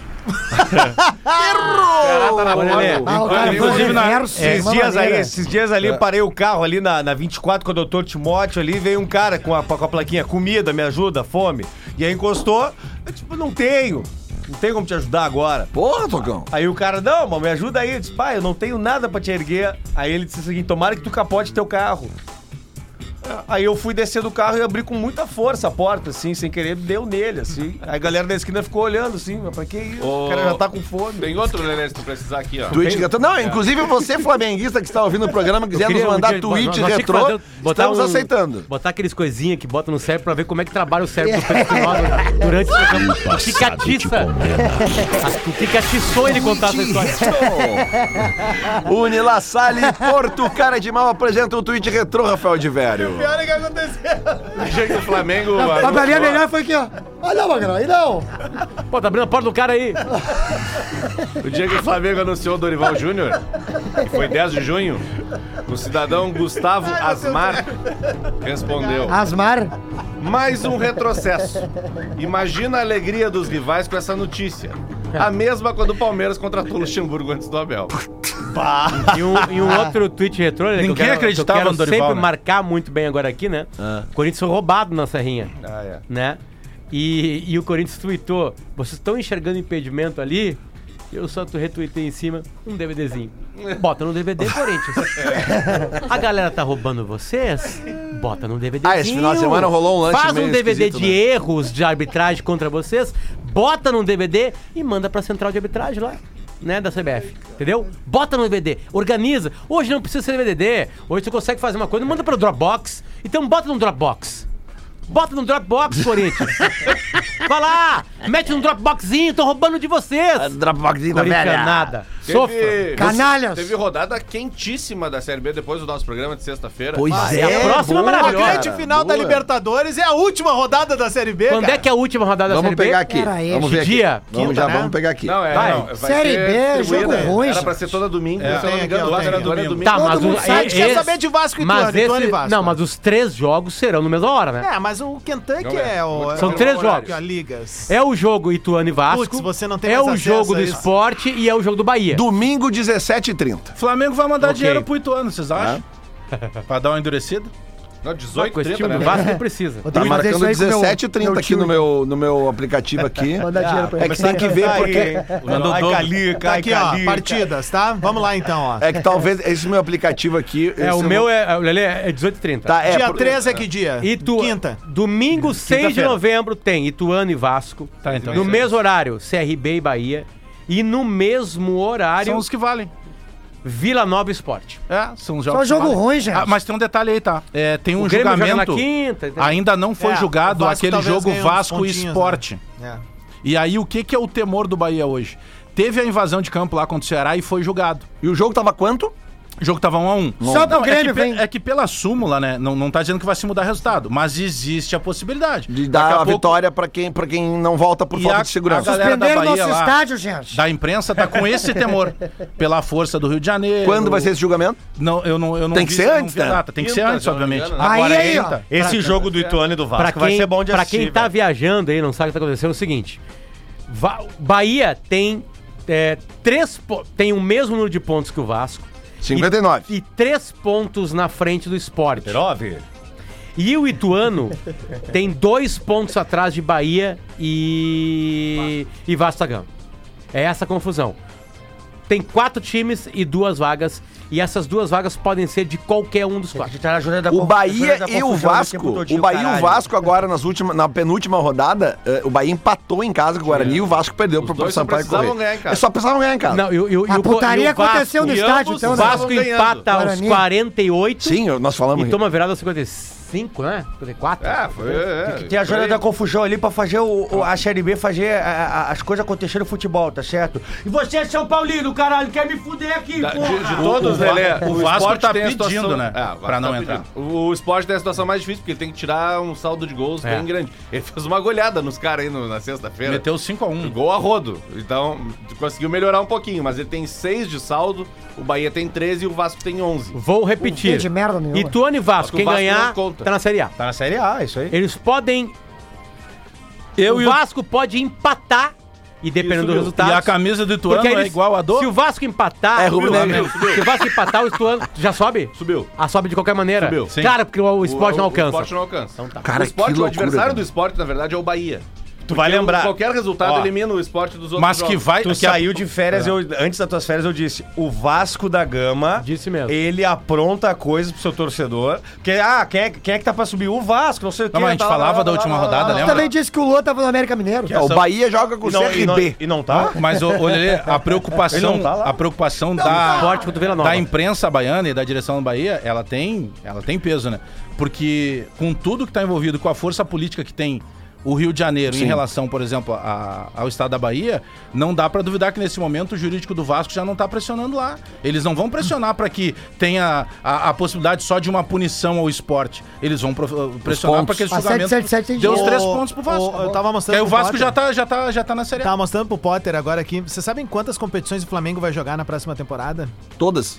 Speaker 8: tá
Speaker 3: Olha, Lelê,
Speaker 7: Ah, o cara
Speaker 3: Inclusive,
Speaker 7: foi
Speaker 3: na-
Speaker 7: reverso,
Speaker 3: esses,
Speaker 7: uma
Speaker 3: dias aí,
Speaker 7: maneira.
Speaker 3: esses dias
Speaker 1: É.
Speaker 3: ali, eu parei o carro ali na, na 24 com o doutor Timóteo ali, veio um cara com a, com a plaquinha comida, me ajuda, fome. E aí encostou, eu, tipo, não tenho. Não tem como te ajudar agora.
Speaker 1: Porra, Tocão.
Speaker 3: Aí o cara, não, mano, me ajuda aí. Eu disse, pai, eu não tenho nada pra te erguer. Aí ele disse o seguinte: tomara que tu capote teu carro. Aí eu fui descer do carro e abri com muita força a porta, assim, sem querer, deu nele, assim. Aí a galera da esquina ficou olhando, assim, mas pra que isso? O cara já tá com fome.
Speaker 8: Tem outro, Lelê, se tu precisar aqui, ó.
Speaker 1: Tweet retrô. Não, inclusive você, flamenguista que está ouvindo o programa, quiser
Speaker 6: Queria
Speaker 1: nos
Speaker 6: um
Speaker 1: mandar
Speaker 6: dia- nós-
Speaker 1: tweet
Speaker 6: nós tinha que
Speaker 1: retrô,
Speaker 6: fazer- botar
Speaker 1: estamos
Speaker 6: um-
Speaker 1: aceitando.
Speaker 6: Botar aqueles coisinhas que botam no cérebro pra ver como é que trabalha o cérebro do
Speaker 1: <laughs>
Speaker 6: Pedro durante o
Speaker 1: um
Speaker 6: programa. Fica atiça. Fica atiçou ele contar essa história.
Speaker 1: Unila Salle, Porto Cara de Mal apresenta o tweet retrô, Rafael de Vério.
Speaker 5: Olha o que aconteceu.
Speaker 8: Achei que o Flamengo.
Speaker 7: Mas Ah, pra mim a melhor foi aqui, ó. Ah, não, Magrão, aí não.
Speaker 6: Pô, tá abrindo a porta do cara aí.
Speaker 8: O dia que o Flamengo anunciou o Dorival Júnior, que foi 10 de junho, o cidadão Gustavo Asmar respondeu:
Speaker 7: Asmar.
Speaker 8: Mais um retrocesso. Imagina a alegria dos rivais com essa notícia. A mesma quando o Palmeiras contratou o Luxemburgo antes do Abel.
Speaker 6: E um, e um outro tweet retrô, né,
Speaker 4: Ninguém
Speaker 6: que eu quero,
Speaker 4: acreditava
Speaker 6: que eu quero
Speaker 4: no Dorival,
Speaker 6: sempre
Speaker 4: né? Ah.
Speaker 6: marcar muito bem agora aqui, né? O Corinthians foi roubado na Serrinha,
Speaker 8: Ah, é.
Speaker 6: né? E, e o Corinthians tweetou, vocês estão enxergando impedimento ali? Eu só tu retuitei em cima um DVDzinho. Bota no DVD, Corinthians.
Speaker 4: <laughs>
Speaker 6: A galera tá roubando vocês? Bota no DVD.
Speaker 1: Ah, esse final de semana rolou um lance
Speaker 6: Faz
Speaker 1: meio
Speaker 6: um DVD
Speaker 1: esquisito,
Speaker 6: de
Speaker 1: né?
Speaker 6: erros de arbitragem contra vocês, bota num DVD e manda pra central de arbitragem lá, né, da CBF. Entendeu? Bota no DVD, organiza. Hoje não precisa ser DVD, hoje você consegue fazer uma coisa, manda pro Dropbox. Então bota no Dropbox. Bota no Dropbox,
Speaker 1: <laughs>
Speaker 6: Corinthians. Vai lá, mete no Dropboxzinho, tô roubando de
Speaker 1: Tá,
Speaker 6: vocês.
Speaker 1: Dropboxinho da
Speaker 6: Corinthians
Speaker 1: velha.
Speaker 6: nada. Sofra.
Speaker 8: Teve-
Speaker 7: Canalhas.
Speaker 8: Teve rodada quentíssima da Série B depois do nosso programa de sexta-feira.
Speaker 1: Pois
Speaker 6: E a
Speaker 1: é.
Speaker 6: próxima é
Speaker 1: Ah, boa.
Speaker 5: A
Speaker 6: maravilhosa.
Speaker 5: grande final da Libertadores é a última rodada da Série B.
Speaker 6: Quando
Speaker 5: cara.
Speaker 6: é que é a última rodada da
Speaker 1: Vamos
Speaker 6: Série B?
Speaker 1: pegar aqui.
Speaker 7: Era
Speaker 1: Vamos
Speaker 7: este
Speaker 1: ver aqui.
Speaker 6: dia,
Speaker 1: Vamos
Speaker 5: quinta,
Speaker 1: já,
Speaker 5: né?
Speaker 1: vamos pegar aqui.
Speaker 8: Não, é,
Speaker 6: Vai.
Speaker 8: não. vai
Speaker 7: Série
Speaker 8: ser
Speaker 7: B,
Speaker 8: distribuída.
Speaker 7: jogo ruim,
Speaker 8: Era pra
Speaker 7: gente.
Speaker 8: ser toda domingo, se eu
Speaker 5: Tem
Speaker 8: não me
Speaker 5: aqui,
Speaker 8: engano,
Speaker 5: ó,
Speaker 8: lá
Speaker 5: tem
Speaker 8: era
Speaker 5: aqui.
Speaker 8: domingo. domingo.
Speaker 6: Tá,
Speaker 7: Todo
Speaker 6: mas
Speaker 7: mundo
Speaker 6: o,
Speaker 7: sabe
Speaker 5: que quer saber de Vasco e
Speaker 6: mas
Speaker 5: Ituano, Ituano e
Speaker 6: esse-
Speaker 5: Vasco.
Speaker 6: Não, mas os três jogos serão na mesma hora, né?
Speaker 5: É, mas o Kentucky
Speaker 8: Não é.
Speaker 5: é o.
Speaker 6: São
Speaker 5: é o
Speaker 6: três
Speaker 5: horário,
Speaker 6: jogos.
Speaker 5: ó, Ligas.
Speaker 6: É. o jogo Ituano e Vasco.
Speaker 5: Putz, você não tem
Speaker 6: É
Speaker 5: mais
Speaker 6: o
Speaker 5: acesso
Speaker 6: jogo
Speaker 5: a
Speaker 6: do
Speaker 5: isso.
Speaker 6: esporte e é o jogo do Bahia.
Speaker 1: Domingo, 17h30.
Speaker 4: Flamengo vai mandar
Speaker 6: Ok.
Speaker 4: dinheiro pro Ituano, vocês acham? pra dar uma endurecida?
Speaker 8: Não,
Speaker 6: Só que
Speaker 8: 18,
Speaker 6: esse
Speaker 8: 30,
Speaker 6: time
Speaker 8: né?
Speaker 6: do Vasco não
Speaker 5: <laughs>
Speaker 6: precisa.
Speaker 7: Eu
Speaker 1: Tá
Speaker 7: tenho que fazer
Speaker 1: marcando
Speaker 7: isso aí com meu-
Speaker 1: 17h30 aqui
Speaker 7: tio.
Speaker 1: no meu, no meu aplicativo aqui.
Speaker 3: Ah,
Speaker 7: Mandar dinheiro pra
Speaker 1: É
Speaker 7: ele.
Speaker 1: que tem que ver porque...
Speaker 3: Mandou Ai, Cali,
Speaker 5: Tá
Speaker 3: cai,
Speaker 5: aqui, ó,
Speaker 3: Cali,
Speaker 5: partidas, tá? Vamos lá então, ó.
Speaker 1: É que talvez esse meu aplicativo aqui...
Speaker 6: É, o meu é, o Lelê é 18 h 30
Speaker 1: Tá, é,
Speaker 5: Dia
Speaker 1: por-
Speaker 5: 13 é que dia?
Speaker 6: Itu...
Speaker 5: Quinta.
Speaker 6: Domingo, 6 de novembro, tem Ituano e Vasco.
Speaker 4: Tá, então.
Speaker 6: no mesmo horário, CRB e Bahia. E no mesmo horário,
Speaker 4: São os que valem.
Speaker 6: Vila Nova Esporte.
Speaker 4: É, são os jogos
Speaker 7: Só
Speaker 4: que
Speaker 7: jogo
Speaker 4: valem.
Speaker 7: ruim, gente.
Speaker 4: Ah, mas tem um detalhe aí, tá? É, tem um
Speaker 6: Grêmio joga na
Speaker 4: julgamento.
Speaker 6: quinta. entendeu?
Speaker 4: Ainda não foi
Speaker 5: É, o
Speaker 4: julgado
Speaker 5: Vasco
Speaker 4: aquele
Speaker 5: talvez
Speaker 4: jogo
Speaker 5: ganhe uns
Speaker 4: Vasco e
Speaker 5: pontinhos, né?
Speaker 4: Esporte.
Speaker 5: É.
Speaker 4: E aí, o que, que é o temor do Bahia hoje? Teve a invasão de campo lá contra o Ceará e foi julgado.
Speaker 1: E o jogo tava quanto?
Speaker 4: O jogo tava 1 a 1
Speaker 7: Só pro
Speaker 4: Não, é,
Speaker 7: Grêmio,
Speaker 4: que, pe-
Speaker 7: vem.
Speaker 4: é que pela súmula, né? Não, não tá dizendo que vai se mudar resultado, mas existe a possibilidade.
Speaker 1: De dar
Speaker 4: Daqui
Speaker 1: a,
Speaker 4: pouco,
Speaker 1: vitória pra quem, pra quem não volta por
Speaker 4: E
Speaker 1: falta
Speaker 4: a-
Speaker 1: de segurança.
Speaker 4: a galera da
Speaker 7: Suspenderam nosso
Speaker 4: Bahia lá.
Speaker 7: estádio, gente.
Speaker 4: Da imprensa tá com esse temor. pela força do Rio de Janeiro.
Speaker 1: Quando vai ser esse julgamento?
Speaker 4: Não, eu não, eu não
Speaker 1: Tem que
Speaker 4: vi-
Speaker 1: ser
Speaker 4: eu não
Speaker 1: antes,
Speaker 4: vi a
Speaker 1: né?
Speaker 4: data. Tem que ser
Speaker 8: Quinta,
Speaker 4: antes,
Speaker 8: se eu não me
Speaker 4: obviamente.
Speaker 8: engano, né?
Speaker 7: Aí,
Speaker 4: Agora é
Speaker 7: aí, ó.
Speaker 4: quinta.
Speaker 3: Esse jogo do Ituano e do Vasco
Speaker 6: Pra
Speaker 3: vai
Speaker 6: quem-
Speaker 3: ser bom de
Speaker 6: pra
Speaker 3: assistir.
Speaker 6: quem tá
Speaker 3: velho.
Speaker 6: viajando aí, não sabe o que tá acontecendo, é o seguinte. Va- Bahia tem é, três po- tem o mesmo número de pontos que o Vasco
Speaker 1: 59.
Speaker 6: e três pontos na frente do esporte.
Speaker 3: Nove?
Speaker 6: E o Ituano tem dois pontos atrás de Bahia e e Vasco da Gama. É essa a confusão. Tem quatro times e duas vagas. E essas duas vagas podem ser de qualquer um dos quatro.
Speaker 3: tá na jornada da
Speaker 1: O
Speaker 3: confu-
Speaker 1: Bahia
Speaker 3: jornada
Speaker 5: tá
Speaker 3: da
Speaker 1: e o
Speaker 3: confusão tempo
Speaker 1: Vasco.
Speaker 3: todinho,
Speaker 1: o Bahia e o
Speaker 3: caralho.
Speaker 1: Vasco agora nas últimas, na penúltima rodada, eh, o Bahia empatou em casa com o Guarani e o Vasco perdeu pro
Speaker 8: dois só
Speaker 1: Sampaio
Speaker 8: precisavam
Speaker 1: Corrêa.
Speaker 8: ganhar em casa.
Speaker 1: É Só precisavam ganhar em casa.
Speaker 6: Não, e, o- e, o- e
Speaker 7: Ah, A
Speaker 6: o-
Speaker 7: putaria
Speaker 6: e o Vasco-
Speaker 7: aconteceu no
Speaker 8: e
Speaker 7: estádio,
Speaker 8: ambos
Speaker 7: então.
Speaker 6: O
Speaker 8: estavam
Speaker 6: Vasco
Speaker 8: ganhando.
Speaker 6: empata aos
Speaker 7: Guarani.
Speaker 6: 48
Speaker 1: Sim, nós falamos.
Speaker 6: e toma virada aos 55, né? 54.
Speaker 8: É, foi. É,
Speaker 3: Tem a jornada da confusão ali pra fazer o, o- a Série B fazer a- a- as coisas acontecerem no futebol, tá certo? E você é São Paulino, caralho, quer me fuder aqui,
Speaker 8: Da-
Speaker 3: porra!
Speaker 8: Tá, de, de todos,
Speaker 4: o
Speaker 8: Lelé,
Speaker 4: Va- o Vasco
Speaker 8: esporte
Speaker 4: tá
Speaker 8: tem a situação-
Speaker 4: pedindo, né,
Speaker 8: É, o Vasco
Speaker 4: pra não entrar.
Speaker 8: pedindo. O, o esporte tem a situação mais difícil, porque ele tem que tirar um saldo de gols
Speaker 6: É.
Speaker 8: bem grande. Ele fez uma goleada nos caras aí no- na sexta-feira.
Speaker 4: Meteu 5x1.
Speaker 8: Gol a rodo. Então, conseguiu melhorar um pouquinho, mas ele tem 6 de saldo, o Bahia tem 13 e o Vasco tem 11.
Speaker 6: Vou repetir.
Speaker 7: Não tem de merda nenhuma.
Speaker 6: Ituano e
Speaker 8: Só que
Speaker 6: Vasco,
Speaker 8: o
Speaker 6: quem
Speaker 8: Vasco não
Speaker 6: ganhar
Speaker 8: conta.
Speaker 6: tá na Série A.
Speaker 3: Tá na Série A, isso aí.
Speaker 6: Eles podem.
Speaker 4: Eu
Speaker 6: o
Speaker 4: e o-
Speaker 6: Vasco pode empatar e dependendo do resultado.
Speaker 4: E a camisa do Ituano
Speaker 6: Porque
Speaker 4: é
Speaker 6: eles-
Speaker 4: igual a
Speaker 6: Se
Speaker 4: do...
Speaker 6: o Vasco empatar.
Speaker 1: É, rubro
Speaker 8: né,
Speaker 6: Subiu,
Speaker 1: negro.
Speaker 6: subiu. Se o Vasco empatar, o Ituano já sobe?
Speaker 8: Subiu.
Speaker 6: Ah, sobe de qualquer maneira.
Speaker 8: Subiu, sim.
Speaker 6: Claro, porque o, o esporte não alcança.
Speaker 8: O esporte não alcança. Então tá.
Speaker 1: Cara,
Speaker 8: o esporte,
Speaker 1: que
Speaker 8: o
Speaker 1: loucura,
Speaker 8: adversário
Speaker 1: cara.
Speaker 8: do esporte, na verdade, é o Bahia.
Speaker 3: Tu vai lembrar.
Speaker 8: Qualquer resultado
Speaker 3: Ó.
Speaker 8: elimina o esporte dos outros.
Speaker 4: Mas que
Speaker 8: jogos.
Speaker 4: vai...
Speaker 3: Tu
Speaker 4: que a-
Speaker 3: saiu de férias, eu, antes das tuas férias eu disse, o Vasco da Gama,
Speaker 6: Disse mesmo.
Speaker 3: ele apronta coisa pro seu torcedor, que, ah, quem é, quem é que tá pra subir? O Vasco, não sei o tá
Speaker 4: Não,
Speaker 3: que.
Speaker 4: mas a gente falava da última rodada,
Speaker 7: Tu
Speaker 4: lembra?
Speaker 7: também disse que o Lô tava no América Mineiro.
Speaker 1: Ah, o Bahia joga com o
Speaker 3: E não, e, não,
Speaker 1: CRB.
Speaker 3: e não tá?
Speaker 4: Mas, ô, ô, Lelê, a
Speaker 3: Ele
Speaker 4: preocupação,
Speaker 3: não tá lá.
Speaker 4: a preocupação
Speaker 6: Esporte,
Speaker 4: da,
Speaker 6: cotovelo nova.
Speaker 4: da imprensa baiana e da direção do Bahia, ela tem, ela tem peso, né? Porque com tudo que está envolvido, com a força política que tem o Rio de Janeiro em relação, por exemplo, a- ao estado da Bahia, não dá para duvidar que nesse momento o jurídico do Vasco já não tá pressionando lá. Eles não vão pressionar para que tenha a, a possibilidade só de uma punição ao esporte. Eles vão pro- eh, pressionar para
Speaker 1: pontos.
Speaker 4: que
Speaker 5: Ah,
Speaker 4: esse
Speaker 7: A
Speaker 4: julgamento
Speaker 7: 777 tem
Speaker 4: dê os
Speaker 7: dinheiro.
Speaker 4: três pontos pro Vasco.
Speaker 5: O- eu tava
Speaker 4: Que
Speaker 5: mostrando
Speaker 4: aí o
Speaker 5: pro
Speaker 4: Vasco
Speaker 5: Potter.
Speaker 4: já tá, já, tá, já tá na série A.
Speaker 5: Tava mostrando pro Potter agora aqui. Vocês sabem quantas competições o Flamengo vai jogar na próxima temporada?
Speaker 1: Todas.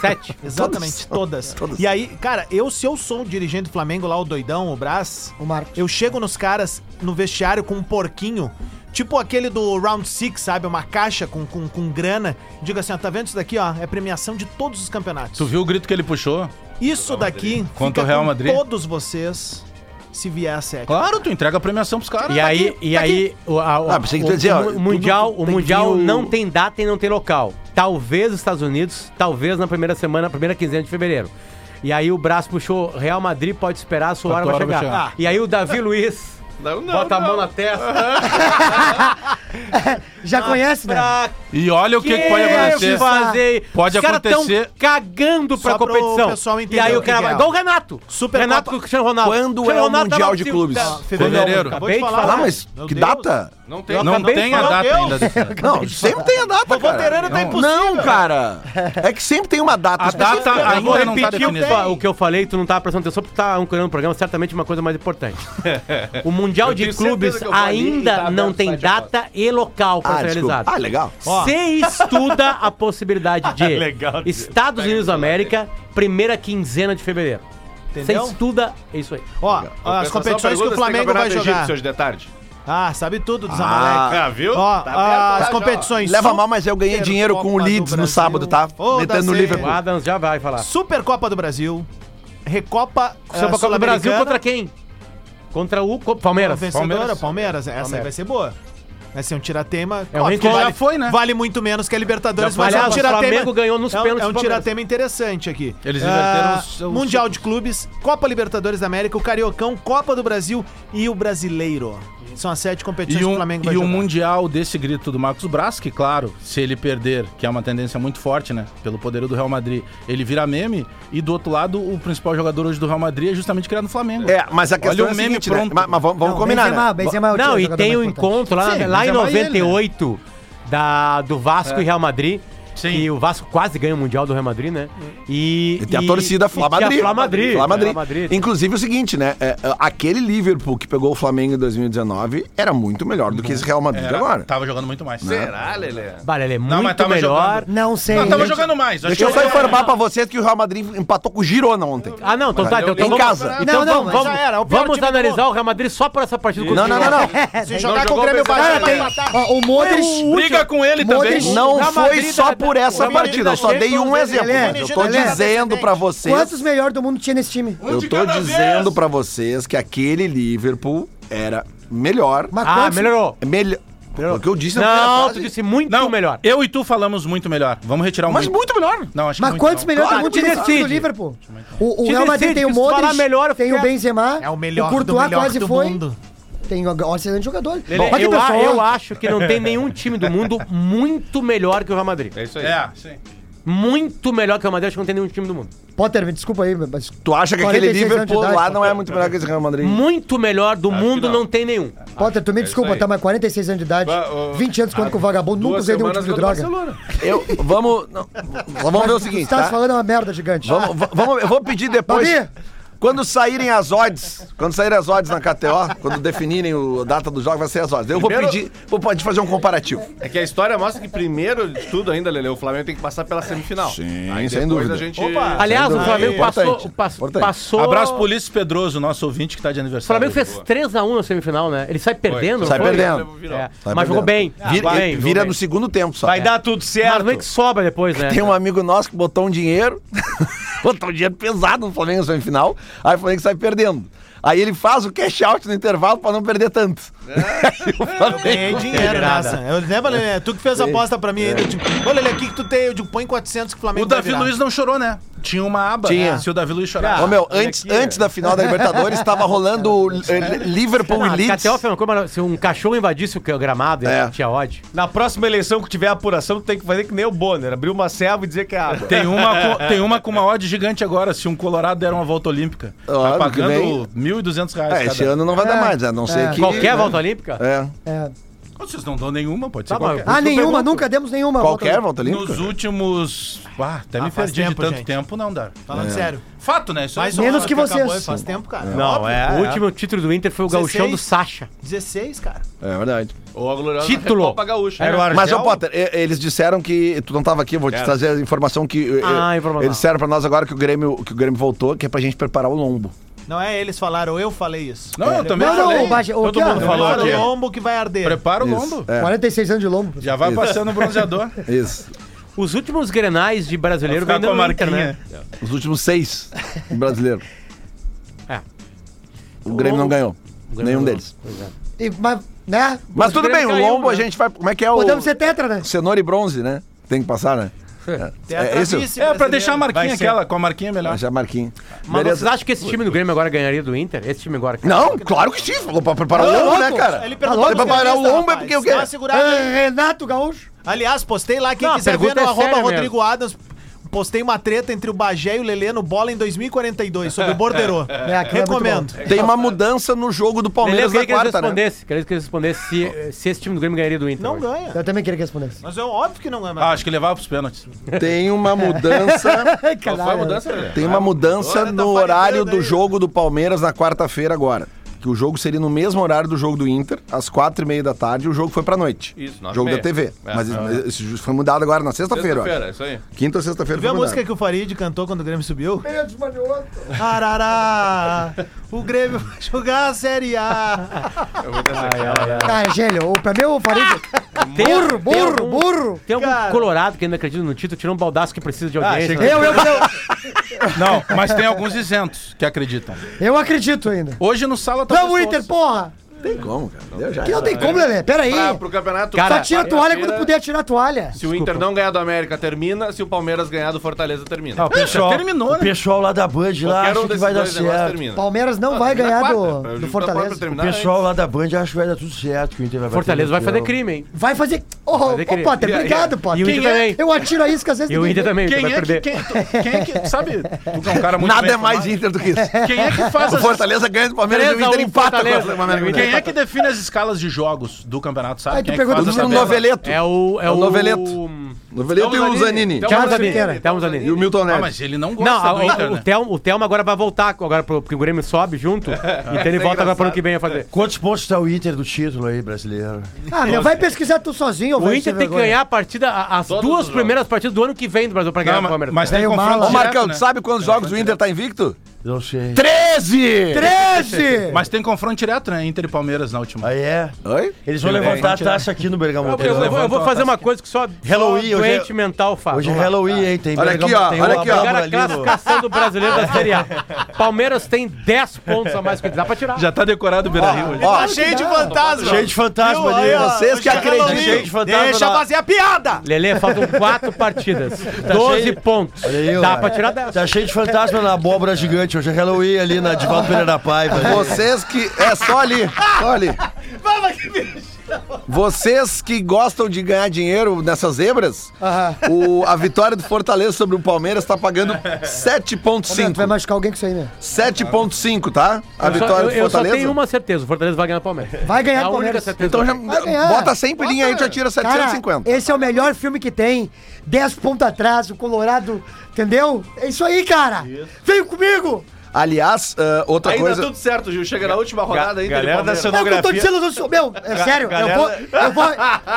Speaker 5: Sete. <laughs> Exatamente, todas. E aí, cara, eu se eu sou o dirigente do Flamengo lá, o doidão, o Brás,
Speaker 7: O Marcos.
Speaker 5: eu chego nos caras no vestiário com um porquinho, tipo aquele do Round Six, sabe? Uma caixa com, com, com grana. Digo assim, ó, tá vendo isso daqui, ó? É premiação de todos os campeonatos.
Speaker 4: Tu viu o grito que ele puxou?
Speaker 5: Isso daqui
Speaker 4: Contra o Real
Speaker 5: com
Speaker 4: Madrid.
Speaker 5: todos vocês se vier a sete.
Speaker 4: Claro, tu entrega a premiação pros caras.
Speaker 6: E aí, e aí o, a- o-
Speaker 1: Ah, pensei que tu ia
Speaker 6: o-
Speaker 1: dizer, ó,
Speaker 6: o
Speaker 1: tudo
Speaker 6: Mundial,
Speaker 1: tem
Speaker 6: o
Speaker 1: que
Speaker 6: mundial
Speaker 1: vir o-
Speaker 6: não tem data e não tem local. Talvez os Estados Unidos, talvez na primeira semana, na primeira quinzena de fevereiro. E aí o braço puxou, Real Madrid pode esperar, a sua hora vai
Speaker 4: hora vai
Speaker 6: chegar.
Speaker 4: chegar.
Speaker 6: E aí o Davi Luiz
Speaker 8: Não, não,
Speaker 6: bota a mão
Speaker 8: não.
Speaker 4: <laughs>
Speaker 6: na testa.
Speaker 7: Já conhece, né?
Speaker 6: pra
Speaker 4: E olha o Ah, que, que pode
Speaker 6: que
Speaker 4: acontecer.
Speaker 6: fazer?
Speaker 4: Pode
Speaker 6: Os caras tão
Speaker 4: acontecer.
Speaker 6: cagando pra
Speaker 5: Só pro
Speaker 6: competição.
Speaker 5: pessoal
Speaker 6: e
Speaker 5: entender
Speaker 6: aí
Speaker 5: o
Speaker 6: o cara
Speaker 5: que
Speaker 6: vai.
Speaker 5: é.
Speaker 6: Igual o Renato.
Speaker 5: Supercopa-
Speaker 6: Renato com o Cristiano Ronaldo.
Speaker 1: Quando
Speaker 6: Cristiano
Speaker 1: é o
Speaker 6: Ronaldo
Speaker 1: Mundial
Speaker 6: lá,
Speaker 1: de
Speaker 6: se-
Speaker 1: Clubes?
Speaker 6: tá-
Speaker 4: Fevereiro.
Speaker 6: Acabei de falar.
Speaker 1: Ah, mas
Speaker 5: né? Meu
Speaker 1: que
Speaker 5: Deus.
Speaker 1: data?
Speaker 8: Não tem.
Speaker 4: Não
Speaker 6: acabei
Speaker 4: tem
Speaker 6: de
Speaker 4: a data
Speaker 6: falar, <laughs>
Speaker 5: meu
Speaker 4: ainda. definitiva.
Speaker 1: Não, sempre tem a data, cara.
Speaker 5: Veterano tá
Speaker 4: Não.
Speaker 5: impossível.
Speaker 1: Não, cara. É que sempre tem uma data.
Speaker 4: A
Speaker 1: específica.
Speaker 4: data
Speaker 6: Eu vou
Speaker 4: ainda não tá
Speaker 6: repetir o,
Speaker 4: definida.
Speaker 6: fa- o que eu falei, tu não tava prestando atenção porque tá ancorando o programa, certamente uma coisa mais importante. O Mundial
Speaker 8: Eu
Speaker 6: de
Speaker 8: tenho certeza
Speaker 6: Clubes
Speaker 8: que eu vou ali e tá
Speaker 6: ainda
Speaker 8: aberto
Speaker 6: não
Speaker 8: o
Speaker 6: tem
Speaker 8: site agora.
Speaker 6: data e local para
Speaker 1: Ah,
Speaker 6: ser
Speaker 1: desculpa.
Speaker 6: realizado.
Speaker 1: Ah, legal.
Speaker 6: Se estuda a possibilidade de
Speaker 3: Legal.
Speaker 6: Estados Unidos da América, primeira quinzena de fevereiro. Você
Speaker 5: Entendeu?
Speaker 6: estuda é isso aí.
Speaker 5: Ó, as competições que o Flamengo vai jogar.
Speaker 8: hoje de tarde.
Speaker 5: Ah, sabe tudo dos Zamalek.
Speaker 8: Ah, viu?
Speaker 5: Ó,
Speaker 8: Tá aberto
Speaker 5: as
Speaker 8: já, ó.
Speaker 5: competições.
Speaker 1: Leva
Speaker 5: Su-
Speaker 1: mal, mas eu ganhei dinheiro com o
Speaker 5: Copa do
Speaker 1: Leeds no
Speaker 5: Brasil.
Speaker 1: sábado, tá?
Speaker 5: Foda-se.
Speaker 1: Metendo no
Speaker 6: O
Speaker 1: Liverpool.
Speaker 6: Adams já vai
Speaker 5: É,
Speaker 6: falar.
Speaker 5: Supercopa do Brasil. Recopa eh,
Speaker 6: Samba Copa do Brasil contra quem? Contra o Co- Palmeiras.
Speaker 5: Vencedora,
Speaker 4: Palmeiras.
Speaker 5: É Palmeiras. Essa aí
Speaker 6: Palmeiras.
Speaker 5: vai ser boa. Vai ser um tiratema.
Speaker 6: É um
Speaker 5: Óbvio que
Speaker 6: encontro.
Speaker 5: vale-
Speaker 4: Já foi, né?
Speaker 5: Vale muito menos que a Libertadores, mas é um
Speaker 6: Aliás, o
Speaker 5: tiratema.
Speaker 6: Flamengo ganhou nos
Speaker 5: é um,
Speaker 6: pênaltis
Speaker 5: É um
Speaker 6: do Palmeiras.
Speaker 5: tiratema interessante aqui.
Speaker 4: Eles
Speaker 5: Ah,
Speaker 4: inverteram os- os-
Speaker 5: Mundial de Clubes, Copa Libertadores da América, o Cariocão, Copa do Brasil e o Brasileiro. São as sete competições
Speaker 4: E,
Speaker 5: que
Speaker 4: um,
Speaker 5: o Flamengo vai
Speaker 4: e o
Speaker 5: jogar.
Speaker 4: mundial desse grito do Marcos Braz, que claro, se ele perder, que é uma tendência muito forte, né? Pelo poder do Real Madrid, ele vira meme. E do outro lado, o principal jogador hoje do Real Madrid é justamente criado no Flamengo.
Speaker 1: É, mas a questão
Speaker 4: Olha
Speaker 1: é
Speaker 4: o
Speaker 1: a
Speaker 4: meme
Speaker 1: seguinte, né?
Speaker 4: pronto.
Speaker 1: Mas, mas vamos, vamos
Speaker 7: Não,
Speaker 1: combinar,
Speaker 7: Benzema,
Speaker 1: né?
Speaker 7: Benzema é o
Speaker 6: Não,
Speaker 7: time
Speaker 6: e
Speaker 7: jogador
Speaker 6: tem
Speaker 7: mais
Speaker 6: o
Speaker 7: importante.
Speaker 6: encontro lá, né,
Speaker 4: Sim,
Speaker 6: lá
Speaker 4: mas
Speaker 6: em
Speaker 4: é mais ele,
Speaker 6: 98 da, do Vasco e Real Madrid.
Speaker 4: Sim.
Speaker 6: E o Vasco quase ganha o Mundial do Real Madrid, né? E,
Speaker 1: E tem a torcida Flá
Speaker 6: e tinha
Speaker 1: Madrid.
Speaker 6: Flá Madrid.
Speaker 1: Flá
Speaker 6: né?
Speaker 1: Madrid.
Speaker 6: Flá Madrid.
Speaker 1: Inclusive o seguinte, né? É, é, aquele Liverpool que pegou o Flamengo em 2019 era muito melhor do que esse Real Madrid
Speaker 4: Era-
Speaker 1: agora.
Speaker 6: Tá.
Speaker 4: Tava jogando muito mais.
Speaker 8: Será, Lelê?
Speaker 6: Vale, ele é
Speaker 4: Não, mas
Speaker 6: muito
Speaker 4: tava
Speaker 6: melhor.
Speaker 4: jogando.
Speaker 7: Não sei.
Speaker 4: Não, tava
Speaker 7: Gente,
Speaker 4: jogando mais. Acho
Speaker 1: Deixa eu
Speaker 4: que
Speaker 6: É,
Speaker 1: só informar pra vocês que o Real Madrid empatou com o Girona ontem.
Speaker 6: Ah, não, então tá.
Speaker 8: eu
Speaker 6: Então,
Speaker 8: lembro
Speaker 1: em
Speaker 6: vamos-
Speaker 1: casa.
Speaker 6: Então
Speaker 7: Não, não,
Speaker 6: vamos,
Speaker 7: mas
Speaker 6: vamos,
Speaker 5: já era, o pior
Speaker 6: vamos
Speaker 5: time do
Speaker 6: analisar o Real Madrid só por essa partida contra
Speaker 1: Não,
Speaker 6: o
Speaker 1: não, não,
Speaker 6: Girona.
Speaker 1: não.
Speaker 5: Se jogar com o
Speaker 8: jogou
Speaker 5: Grêmio
Speaker 8: pensando-
Speaker 5: Bahia,
Speaker 7: Cara, tem...
Speaker 5: vai matar.
Speaker 7: Ó, o Modric...
Speaker 4: Briga com ele
Speaker 7: Modric-
Speaker 4: também.
Speaker 1: Não
Speaker 6: Real
Speaker 1: foi
Speaker 6: Madrid
Speaker 1: só
Speaker 6: da-
Speaker 1: por
Speaker 6: da-
Speaker 1: essa
Speaker 6: Real Madrid
Speaker 1: partida, eu
Speaker 6: da
Speaker 1: só dei um
Speaker 5: Champions,
Speaker 1: exemplo.
Speaker 5: ele é-
Speaker 1: Eu tô
Speaker 5: ele é
Speaker 1: dizendo pra
Speaker 7: Quantos
Speaker 1: vocês,
Speaker 7: melhores do mundo tinha nesse time?
Speaker 1: eu tô dizendo pra vocês que aquele Liverpool era melhor.
Speaker 7: Mas
Speaker 6: Ah,
Speaker 7: quantos-
Speaker 6: melhorou.
Speaker 1: Melhor. O que eu disse na primeira
Speaker 6: Não,
Speaker 1: fase-
Speaker 6: tu disse muito
Speaker 4: Não,
Speaker 6: melhor.
Speaker 4: Eu e tu falamos muito melhor. Vamos retirar o
Speaker 6: Mas muito melhor.
Speaker 4: Não, acho que
Speaker 7: Mas
Speaker 4: muito
Speaker 7: quantos
Speaker 4: não.
Speaker 7: melhores
Speaker 6: Claro,
Speaker 7: do mundo
Speaker 6: te
Speaker 7: tem dentro do
Speaker 6: decide.
Speaker 7: Liverpool? O, o
Speaker 6: Te
Speaker 7: Real Madrid
Speaker 6: decide,
Speaker 7: tem o
Speaker 6: se tu falar
Speaker 7: Modric,
Speaker 6: melhor, eu
Speaker 7: tem
Speaker 6: fico
Speaker 7: o Benzema,
Speaker 5: É o melhor
Speaker 7: o Courtois
Speaker 5: do melhor
Speaker 7: quase
Speaker 5: do
Speaker 7: foi.
Speaker 5: mundo.
Speaker 7: Tem o ó, excelente jogador.
Speaker 6: Lelê,
Speaker 7: Mas
Speaker 6: eu,
Speaker 7: que
Speaker 6: a-
Speaker 7: pessoal,
Speaker 6: eu acho que não tem nenhum time do mundo muito melhor que o Real Madrid.
Speaker 8: É isso aí.
Speaker 4: É, sim.
Speaker 6: Muito melhor que o Real Madrid, acho que não tem nenhum time do mundo.
Speaker 7: Potter, me desculpa aí, mas
Speaker 1: Tu acha que
Speaker 7: 46
Speaker 1: aquele
Speaker 7: anos de
Speaker 1: Liverpool
Speaker 7: idade,
Speaker 1: lá não é muito melhor que esse Real Madrid?
Speaker 6: Muito melhor do mundo
Speaker 8: não.
Speaker 6: não. tem nenhum.
Speaker 7: Potter, tu me desculpa,
Speaker 8: aí.
Speaker 7: tá? Mas 46 anos de idade,
Speaker 8: Bah, ô,
Speaker 7: 20 anos quando com o vagabundo, nunca
Speaker 8: Duas
Speaker 7: usei nenhum
Speaker 8: semanas
Speaker 7: tipo de
Speaker 8: contra o
Speaker 7: droga.
Speaker 8: Barcelona.
Speaker 1: Eu, vamos, não, vamos ver o seguinte,
Speaker 7: tu tá,
Speaker 1: tá?
Speaker 7: falando é uma merda gigante.
Speaker 1: Vamos, va- vamos, eu vou pedir depois.
Speaker 7: Babi!
Speaker 1: Quando saírem as odds, quando saírem as odds na KTO, quando definirem o- a data do jogo, vai ser as odds. Eu vou
Speaker 8: Primeiro-
Speaker 1: pedir, vou pode fazer um comparativo.
Speaker 8: É que a história mostra que primeiro de tudo ainda, Lele, o Flamengo tem que passar pela semifinal.
Speaker 1: Sim,
Speaker 8: Aí
Speaker 1: sem
Speaker 8: depois
Speaker 1: dúvida.
Speaker 8: A gente...
Speaker 5: Opa!
Speaker 6: Aliás, o
Speaker 1: dúvida.
Speaker 6: Flamengo
Speaker 1: É,
Speaker 6: passou,
Speaker 1: importante,
Speaker 6: pas-
Speaker 1: importante.
Speaker 6: passou.
Speaker 4: Abraço Polício Pedroso, nosso ouvinte que tá de
Speaker 6: O
Speaker 4: aniversário.
Speaker 6: Flamengo fez 3x1 na semifinal, né? Ele sai perdendo, não
Speaker 1: Sai
Speaker 6: foi?
Speaker 1: perdendo.
Speaker 6: É,
Speaker 8: Virou.
Speaker 1: Sai
Speaker 6: mas jogou
Speaker 1: perdendo.
Speaker 6: bem.
Speaker 1: Vira,
Speaker 6: bem, jogou
Speaker 1: vira
Speaker 6: Ah, bem.
Speaker 1: no segundo tempo só.
Speaker 3: Vai dar tudo
Speaker 6: Mas como é
Speaker 3: certo.
Speaker 6: que sobra depois, né?
Speaker 1: Tem um amigo nosso que botou um dinheiro, <laughs> botou um dinheiro pesado no Flamengo na semifinal, aí o Flamengo sai perdendo. Aí ele faz o cash out no intervalo pra não perder tanto. <laughs> Aí o
Speaker 5: Ganhei
Speaker 3: É
Speaker 1: Flamengo...
Speaker 5: dinheiro nessa. Eu lembro, Lelê, tu que fez a aposta pra mim ainda. Tipo, Ô, Lelê, o que, que tu tem? Eu digo, põe 400 que o Flamengo
Speaker 4: O Davi
Speaker 5: vai virar.
Speaker 4: Luiz não chorou, né? Tinha uma aba.
Speaker 1: Tinha. Ah.
Speaker 4: Se o Davi Luiz chorar.
Speaker 1: Ô, meu, antes, antes
Speaker 6: né?
Speaker 1: da final da
Speaker 6: <laughs>
Speaker 1: Libertadores, estava rolando o, eh, Liverpool e
Speaker 6: Ah,
Speaker 1: Leeds.
Speaker 6: KTO foi uma coisa, maravilhosa. se um cachorro invadisse o gramado,
Speaker 1: É.
Speaker 6: tinha ódio.
Speaker 3: Na próxima eleição que tiver apuração, tu tem que fazer que nem o Bonner. Abrir uma selva e dizer que é água.
Speaker 4: Tem uma, com, tem uma com uma odd gigante agora, se um Colorado der uma volta olímpica.
Speaker 1: Claro,
Speaker 4: tá
Speaker 1: que
Speaker 4: pagando
Speaker 1: vem.
Speaker 4: 1.200 reais
Speaker 1: É,
Speaker 4: cada.
Speaker 1: esse ano não vai dar
Speaker 7: É.
Speaker 1: mais, a não ser
Speaker 7: É.
Speaker 1: que...
Speaker 6: Qualquer volta olímpica?
Speaker 1: É.
Speaker 7: É.
Speaker 4: Vocês não dão nenhuma, pode ser
Speaker 6: Tá,
Speaker 4: qualquer.
Speaker 6: mas-
Speaker 7: Ah, nenhuma, nunca demos nenhuma.
Speaker 1: Qualquer
Speaker 7: volta.
Speaker 1: volta olímpica?
Speaker 4: Nos últimos... Ah, até me
Speaker 5: Ah, faz
Speaker 4: perdi de
Speaker 5: tempo,
Speaker 4: tanto
Speaker 5: gente.
Speaker 4: tempo, não dá.
Speaker 3: É.
Speaker 5: Falando sério.
Speaker 4: Fato, né? Isso é-
Speaker 5: Mais
Speaker 7: Menos
Speaker 5: uma hora
Speaker 7: que
Speaker 5: acabou,
Speaker 7: vocês.
Speaker 5: Faz tempo, cara.
Speaker 3: Não, é.
Speaker 6: O último título do Inter foi o gauchão
Speaker 5: 16.
Speaker 6: do Sacha.
Speaker 5: 16, cara.
Speaker 1: É verdade.
Speaker 8: Ou a gloriosa
Speaker 6: Título.
Speaker 8: Recopa Gaúcha. né?
Speaker 3: Era o Argel.
Speaker 1: Mas, ô Potter, e- eles disseram que. Tu não tava aqui, eu vou te trazer a informação que. eh,
Speaker 6: Ah,
Speaker 1: eh,
Speaker 6: informação.
Speaker 1: Eles disseram pra nós agora que o, Grêmio, que o Grêmio voltou, que é pra gente preparar o lombo.
Speaker 5: Não é eles falaram, eu falei isso.
Speaker 4: Não, eu também
Speaker 7: Não,
Speaker 4: falei.
Speaker 7: não, o Bagé- o
Speaker 4: Todo
Speaker 7: que é?
Speaker 4: mundo falou
Speaker 5: Prepara
Speaker 4: aqui.
Speaker 5: o lombo que vai arder.
Speaker 4: Prepara o
Speaker 1: Isso,
Speaker 4: lombo.
Speaker 1: é.
Speaker 7: 46 anos de lombo.
Speaker 4: Já vai
Speaker 1: Isso.
Speaker 4: passando o
Speaker 5: <laughs>
Speaker 4: bronzeador.
Speaker 5: Tipo
Speaker 4: É,
Speaker 6: é?
Speaker 1: Isso.
Speaker 6: Os últimos grenais de brasileiro
Speaker 4: Ficar com
Speaker 6: vendeu
Speaker 4: a
Speaker 6: no Inter,
Speaker 4: marquinha.
Speaker 6: né?
Speaker 1: Os últimos seis do brasileiro.
Speaker 6: <laughs> É.
Speaker 1: O Grêmio não ganhou. Nenhum deles.
Speaker 7: E, mas, né?
Speaker 1: Mas tudo bem,
Speaker 6: Grêmio
Speaker 1: o
Speaker 6: caiu,
Speaker 1: lombo a
Speaker 6: né?
Speaker 1: gente vai. Como é que é o.
Speaker 7: Podemos ser tetra, né?
Speaker 1: Cenoura e bronze, né? Tem que
Speaker 6: <laughs>
Speaker 1: passar, né? É, é isso?
Speaker 5: vice
Speaker 4: É, pra
Speaker 5: brasileiro.
Speaker 4: deixar a marquinha
Speaker 3: Vai ser.
Speaker 4: aquela, com a marquinha é melhor.
Speaker 1: Já marquinho.
Speaker 6: Mas
Speaker 1: Beleza.
Speaker 6: vocês acham que esse time do Grêmio agora ganharia do Inter? Esse time agora?
Speaker 1: Não, claro que sim. Falou pra preparar o lombo, né, cara?
Speaker 5: Ele
Speaker 1: Tá
Speaker 5: perguntou
Speaker 1: louco? Pra
Speaker 5: pra
Speaker 1: preparar o
Speaker 5: entrevista,
Speaker 1: lombo é
Speaker 5: rapaz.
Speaker 1: porque eu
Speaker 5: Dá uma
Speaker 1: quero.
Speaker 5: segurada aí.
Speaker 7: É, Renato Gaúcho.
Speaker 5: Aliás, postei lá, quem
Speaker 6: Não, a
Speaker 5: quiser ver
Speaker 6: pergunta
Speaker 5: no
Speaker 6: é
Speaker 5: arroba
Speaker 6: séria
Speaker 5: Rodrigo Adams, postei uma treta entre o Bagé e o Lelê no bola em 2042, sobre o Borderô.
Speaker 7: aquilo é muito
Speaker 5: Recomendo.
Speaker 1: Tem uma mudança no jogo
Speaker 6: Lele,
Speaker 1: do
Speaker 6: eu
Speaker 1: Palmeiras
Speaker 6: queria
Speaker 1: na
Speaker 6: que eles
Speaker 1: quarta, né?
Speaker 6: respondessem. Queria que eles respondessem se, eh, se esse time do Grêmio ganharia do Inter.
Speaker 5: Não
Speaker 6: hoje.
Speaker 5: ganha.
Speaker 7: Eu também queria que
Speaker 6: <laughs>
Speaker 7: respondesse.
Speaker 5: Mas é óbvio que não ganha. mas-
Speaker 4: Ah, acho que levava pros pênaltis.
Speaker 1: Tem uma mudança.
Speaker 8: Qual foi a mudança, Lele?
Speaker 1: Tem uma mudança
Speaker 5: Agora tá
Speaker 1: no horário
Speaker 5: aparecendo
Speaker 1: do
Speaker 5: aí.
Speaker 1: jogo do Palmeiras na quarta-feira agora. Que o jogo seria no mesmo horário do jogo do Inter, às quatro e meia da tarde, e o jogo foi pra noite.
Speaker 8: Isso, nove e
Speaker 1: Jogo da
Speaker 8: meia.
Speaker 1: TV.
Speaker 8: É.
Speaker 1: Mas esse jogo foi mudado agora na sexta-feira.
Speaker 8: Sexta-feira,
Speaker 1: Sexta
Speaker 8: isso aí.
Speaker 1: Quinta ou sexta-feira
Speaker 5: Viu
Speaker 1: foi
Speaker 5: a
Speaker 1: mudado.
Speaker 5: música que o Farid cantou quando o Grêmio subiu? Arará! O Grêmio vai jogar a Série A!
Speaker 7: Cara, Ah, é gênio, o- pra mim o Farid.
Speaker 6: Ah, Tem- um-
Speaker 7: Burro,
Speaker 6: tem
Speaker 7: burro,
Speaker 6: algum-
Speaker 7: burro.
Speaker 6: Tem algum
Speaker 5: Cara.
Speaker 6: colorado que ainda acredita no título, tirando um baldaço que precisa de audiência. né?
Speaker 7: Eu, eu,
Speaker 6: <laughs>
Speaker 7: eu,
Speaker 4: Não, mas tem alguns isentos que acreditam.
Speaker 7: eu acredito ainda.
Speaker 4: Hoje no sala tá.
Speaker 7: Vamos, Inter, porra!
Speaker 1: Não tem como, cara. Deu já.
Speaker 7: Que não tem como, Lelê. Pera aí.
Speaker 8: Pra, pro campeonato.
Speaker 6: Cara,
Speaker 7: Só tira a toalha quando puder tirar a toalha.
Speaker 8: Se o Inter não ganhar do América, termina. Se o Palmeiras ganhar do Fortaleza, termina.
Speaker 3: Ah, o pessoal,
Speaker 4: terminou,
Speaker 3: o
Speaker 4: né?
Speaker 3: pessoal lá da Band lá acha
Speaker 8: Qualquer um
Speaker 3: que
Speaker 8: desses
Speaker 3: vai dar
Speaker 8: dois negócios
Speaker 3: certo.
Speaker 8: termina.
Speaker 7: Palmeiras não vai
Speaker 8: Termina
Speaker 7: ganhar
Speaker 8: quarta, tá pra-
Speaker 7: do,
Speaker 8: pra-
Speaker 7: do
Speaker 8: pra
Speaker 7: Fortaleza.
Speaker 8: terminar,
Speaker 3: O pessoal lá da Band acha que vai dar tudo certo, que o Inter vai bater
Speaker 6: né? Fortaleza
Speaker 3: no
Speaker 6: vai fazer
Speaker 3: campeão.
Speaker 6: crime, hein?
Speaker 7: Vai fazer. Ô, ô,
Speaker 6: fazer aquele-
Speaker 7: Potter, obrigado, Potter.
Speaker 6: E o
Speaker 7: Quem
Speaker 6: Inter
Speaker 7: é?
Speaker 6: também.
Speaker 7: Eu atiro a isca às vezes.
Speaker 6: E o
Speaker 7: ninguém
Speaker 6: Inter
Speaker 7: vê.
Speaker 6: também, o Inter
Speaker 4: Quem
Speaker 6: vai
Speaker 4: é, que,
Speaker 6: perder.
Speaker 4: quem, tu- quem é que. Sabe? Tu é um cara muito.
Speaker 1: Nada
Speaker 4: bem
Speaker 1: é mais
Speaker 4: informado.
Speaker 1: Inter do que isso.
Speaker 4: Quem é que faz <laughs>
Speaker 1: O
Speaker 4: as.
Speaker 1: Fortaleza ganha do Palmeiras e o
Speaker 6: 3 a 1
Speaker 1: Inter empata com
Speaker 6: Fortaleza.
Speaker 1: a América.
Speaker 4: Quem é que define as escalas de jogos do campeonato, sabe?
Speaker 7: Aí tu
Speaker 4: Quem é
Speaker 7: pergunta
Speaker 4: que
Speaker 7: pro
Speaker 4: faz
Speaker 1: O
Speaker 4: essa tabela?
Speaker 1: um Noveleto.
Speaker 6: É o. É
Speaker 1: É o
Speaker 6: o
Speaker 1: Noveleto. Noveleto e o
Speaker 8: Thelmo
Speaker 1: Zanini.
Speaker 8: Thelmo
Speaker 6: Thelmo
Speaker 8: Zanini.
Speaker 6: Zanini. Thelmo
Speaker 1: E
Speaker 6: Zanini.
Speaker 1: o Milton
Speaker 4: Ah,
Speaker 1: Neves.
Speaker 4: mas ele não gosta
Speaker 6: Não, a-
Speaker 4: do Inter,
Speaker 6: o, o,
Speaker 4: né?
Speaker 6: Thelmo, o Thelmo agora vai voltar, agora pro, porque o Grêmio sobe junto. então ele volta agora pro ano que vem a fazer.
Speaker 3: Quantos pontos tá o Inter do título aí, brasileiro?
Speaker 7: Ah, meu, vai pesquisar tu sozinho, ô,
Speaker 6: O
Speaker 7: velho,
Speaker 6: Inter
Speaker 7: sem
Speaker 6: tem que
Speaker 7: vergonha.
Speaker 6: ganhar a partida, a- as
Speaker 8: Todos os
Speaker 6: duas
Speaker 8: jogos.
Speaker 6: primeiras partidas do ano que vem do Brasil pra ganhar
Speaker 4: Não,
Speaker 6: o
Speaker 4: mas,
Speaker 6: Palmeiras.
Speaker 4: mas tem
Speaker 7: Veio
Speaker 4: confronto
Speaker 7: mal.
Speaker 1: Ô,
Speaker 4: direto,
Speaker 1: Marcão,
Speaker 4: né?
Speaker 1: tu sabe quantos jogos o Inter tá invicto?
Speaker 11: Não sei.
Speaker 4: 13!
Speaker 11: 13!
Speaker 4: Mas tem confronto direto, né? Inter e Palmeiras na última.
Speaker 11: Aí é.
Speaker 1: Oi?
Speaker 11: Eles vão levantar a taxa aqui no Bergamo.
Speaker 6: Então, Eu, eu- eu vou- eu vou fazer uma coisa que só
Speaker 11: Halloween,
Speaker 6: só
Speaker 11: hoje é-
Speaker 6: doente mental faz.
Speaker 11: Hoje é Halloween, hein? Tem
Speaker 1: Olha aqui, ó,
Speaker 11: tem
Speaker 1: olha
Speaker 11: uma
Speaker 1: aqui, ó.
Speaker 11: abóbora
Speaker 6: Cara, a
Speaker 11: ali no-
Speaker 6: classificação do brasileiro da Série A. Palmeiras tem 10 pontos a mais que dá pra tirar.
Speaker 4: Já tá decorado o Beira Rio hoje.
Speaker 11: Ó,
Speaker 5: Tá cheio de fantasma.
Speaker 11: cheio de fantasma ali.
Speaker 1: Vocês que
Speaker 4: um
Speaker 1: acreditam.
Speaker 11: Cheio de fantasma
Speaker 5: Deixa
Speaker 11: na-
Speaker 5: fazer a piada.
Speaker 6: Lele, faltam 4 partidas. 12
Speaker 11: cheio-
Speaker 6: pontos.
Speaker 11: Olha aí,
Speaker 6: dá
Speaker 11: ó.
Speaker 6: pra tirar 10.
Speaker 11: Tá cheio de fantasma na abóbora gigante. Hoje é Halloween ali na Divaldo Pereira Paiva. ali.
Speaker 1: Vocês que. É só ali. Só ali. Vocês que gostam de ganhar dinheiro nessas zebras, o, a vitória do Fortaleza sobre o Palmeiras
Speaker 4: <laughs>
Speaker 1: tá pagando
Speaker 7: Tu vai
Speaker 1: 7,5.
Speaker 7: machucar alguém com isso aí, né?
Speaker 1: 7,5, tá? A
Speaker 6: Eu só- eu,
Speaker 1: vitória do
Speaker 6: eu só
Speaker 1: Fortaleza.
Speaker 6: tenho uma certeza: o Fortaleza vai ganhar o Palmeiras. É
Speaker 7: Vai ganhar
Speaker 6: a
Speaker 7: do
Speaker 6: única
Speaker 7: Palmeiras.
Speaker 6: certeza.
Speaker 1: Então já
Speaker 7: Vai ganhar.
Speaker 1: bota 100 pilinha aí, já tira
Speaker 7: Cara,
Speaker 1: 750.
Speaker 7: esse é o melhor filme que tem. 10 pontos atrás, o Colorado, entendeu? É isso aí, cara. Vem comigo.
Speaker 1: Aliás, ah, outra
Speaker 8: Ainda
Speaker 1: coisa.
Speaker 8: tudo certo, Gil. Chega na última rodada aí,
Speaker 3: galera da
Speaker 7: É o que eu tô dizendo, eu sou- meu, é sério, eu vou, eu vou,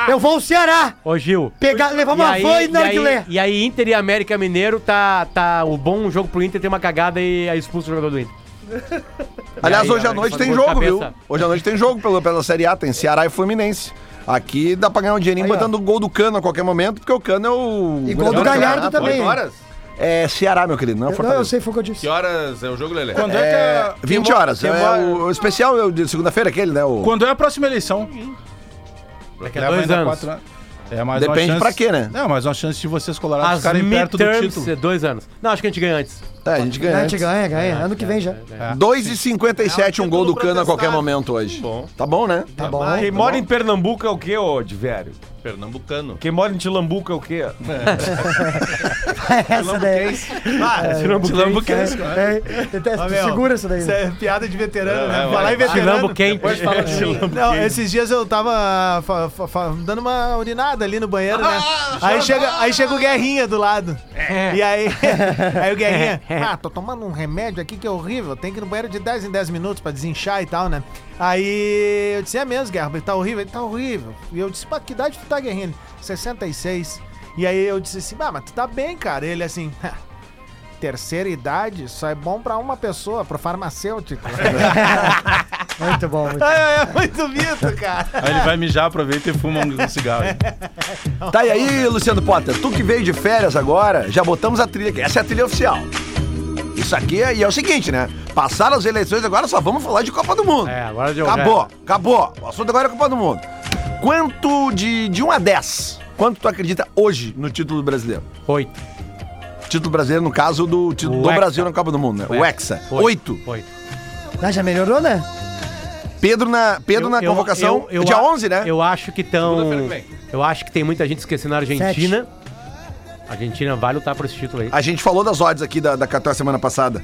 Speaker 7: eu vou ao Ceará
Speaker 6: Ô, Gil.
Speaker 7: pegar, levar uma
Speaker 6: e,
Speaker 7: van e
Speaker 6: aí, e, aí,
Speaker 7: narguilé.
Speaker 6: e aí, Inter e América Mineiro, tá, tá o bom jogo pro Inter, tem uma cagada e aí expulsa o jogador do Inter.
Speaker 1: Aliás,
Speaker 6: aí,
Speaker 1: hoje à
Speaker 6: cara,
Speaker 1: noite
Speaker 6: que
Speaker 1: tem
Speaker 6: dor de
Speaker 1: jogo, viu?
Speaker 6: cabeça.
Speaker 1: Hoje à noite tem jogo pela, pela Série A, tem Ceará e Fluminense. Aqui dá pra ganhar um dinheirinho botando o gol do Cano a qualquer momento, porque o Cano é o.
Speaker 7: E gol do
Speaker 1: melhor
Speaker 7: Galhardo
Speaker 1: campeonato.
Speaker 7: também.
Speaker 8: horas?
Speaker 1: tá É Ceará, meu querido, não é
Speaker 7: Eu- Não, eu
Speaker 1: Fortaleza.
Speaker 7: sei, foi o que eu disse.
Speaker 8: Que horas é o jogo, Lelê?
Speaker 4: Quando é,
Speaker 1: É,
Speaker 4: que é...
Speaker 1: 20 horas. É o, o especial é o de segunda-feira, aquele, né? O...
Speaker 4: Quando é a próxima eleição?
Speaker 6: Daqui a
Speaker 4: Leva
Speaker 6: dois
Speaker 4: ainda
Speaker 6: anos.
Speaker 4: quatro anos. É mais
Speaker 1: Depende
Speaker 4: uma chance...
Speaker 1: pra quê, né?
Speaker 4: É, mas uma chance de vocês colorados
Speaker 6: As
Speaker 4: ficarem perto do
Speaker 6: midterms, é,
Speaker 4: título.
Speaker 6: dois anos. Não, acho que a gente ganha antes.
Speaker 1: É, a gente ganha.
Speaker 7: A
Speaker 1: antes.
Speaker 7: gente ganha, ganha. Ano que vem já.
Speaker 1: 2,57 um gol do Cano a qualquer momento hoje. Tá bom, né?
Speaker 7: Tá bom.
Speaker 3: Quem mora em Pernambuco é o quê, ô, Divério?
Speaker 8: Pernambucano.
Speaker 3: Quem mora em Tilambuca é o quê?
Speaker 7: Essa daí.
Speaker 5: Ah, é,
Speaker 4: Tilambuquense.
Speaker 7: É, tu segura essa daí.
Speaker 5: Isso é piada de veterano, né?
Speaker 8: vai,
Speaker 5: Falar em
Speaker 8: vai.
Speaker 5: veterano.
Speaker 6: quente.
Speaker 5: Não, <laughs> esses dias eu tava fa- fa- fa- dando uma urinada ali no banheiro, né? Aí chega, aí chega o Guerrinha do lado. E aí, <laughs> aí o Guerrinha, ah, tô tomando um remédio aqui que é horrível, tem que ir no banheiro de 10 em 10 minutos pra desinchar e tal, né? Aí eu disse, é mesmo, Guerra, ele tá horrível, ele tá horrível. E eu disse, pá, que idade tu tá, Guerrinha? Ele, 66. E aí eu disse assim, ah, mas tu tá bem, cara. Ele assim, "Ah, terceira idade só é bom pra uma pessoa, pro farmacêutico. <laughs>
Speaker 7: Muito bom. Muito...
Speaker 5: É, é muito mito, cara.
Speaker 4: Aí ele vai mijar, aproveita e fuma um cigarro.
Speaker 1: Tá, e aí, Luciano Potter, tu que veio de férias agora, já botamos a trilha aqui. Essa é a trilha oficial. Isso aqui é, e é o seguinte, né? Passaram as eleições, agora só vamos falar de Copa do
Speaker 6: <laughs>
Speaker 1: Mundo.
Speaker 6: É, agora de
Speaker 1: Acabou, acabou. O assunto agora é Copa do Mundo. Quanto de, de 1 a 10, quanto tu acredita hoje no título brasileiro?
Speaker 6: é, Oito.
Speaker 1: Título brasileiro, no caso do título
Speaker 6: O
Speaker 1: do
Speaker 6: Hexa.
Speaker 1: Brasil na Copa do Mundo, né? O Hexa. Oito.
Speaker 6: Oito.
Speaker 7: Ah, já melhorou, né?
Speaker 1: Pedro na, Pedro na convocação,
Speaker 6: eu- eu
Speaker 1: dia
Speaker 6: a-
Speaker 1: 11, né?
Speaker 6: Eu acho que estão.
Speaker 8: Segunda-feira que
Speaker 6: Eu acho que tem muita gente esquecendo a Argentina. A Argentina vai lutar por esse título aí.
Speaker 1: A gente falou das odds aqui da, da Católica semana passada.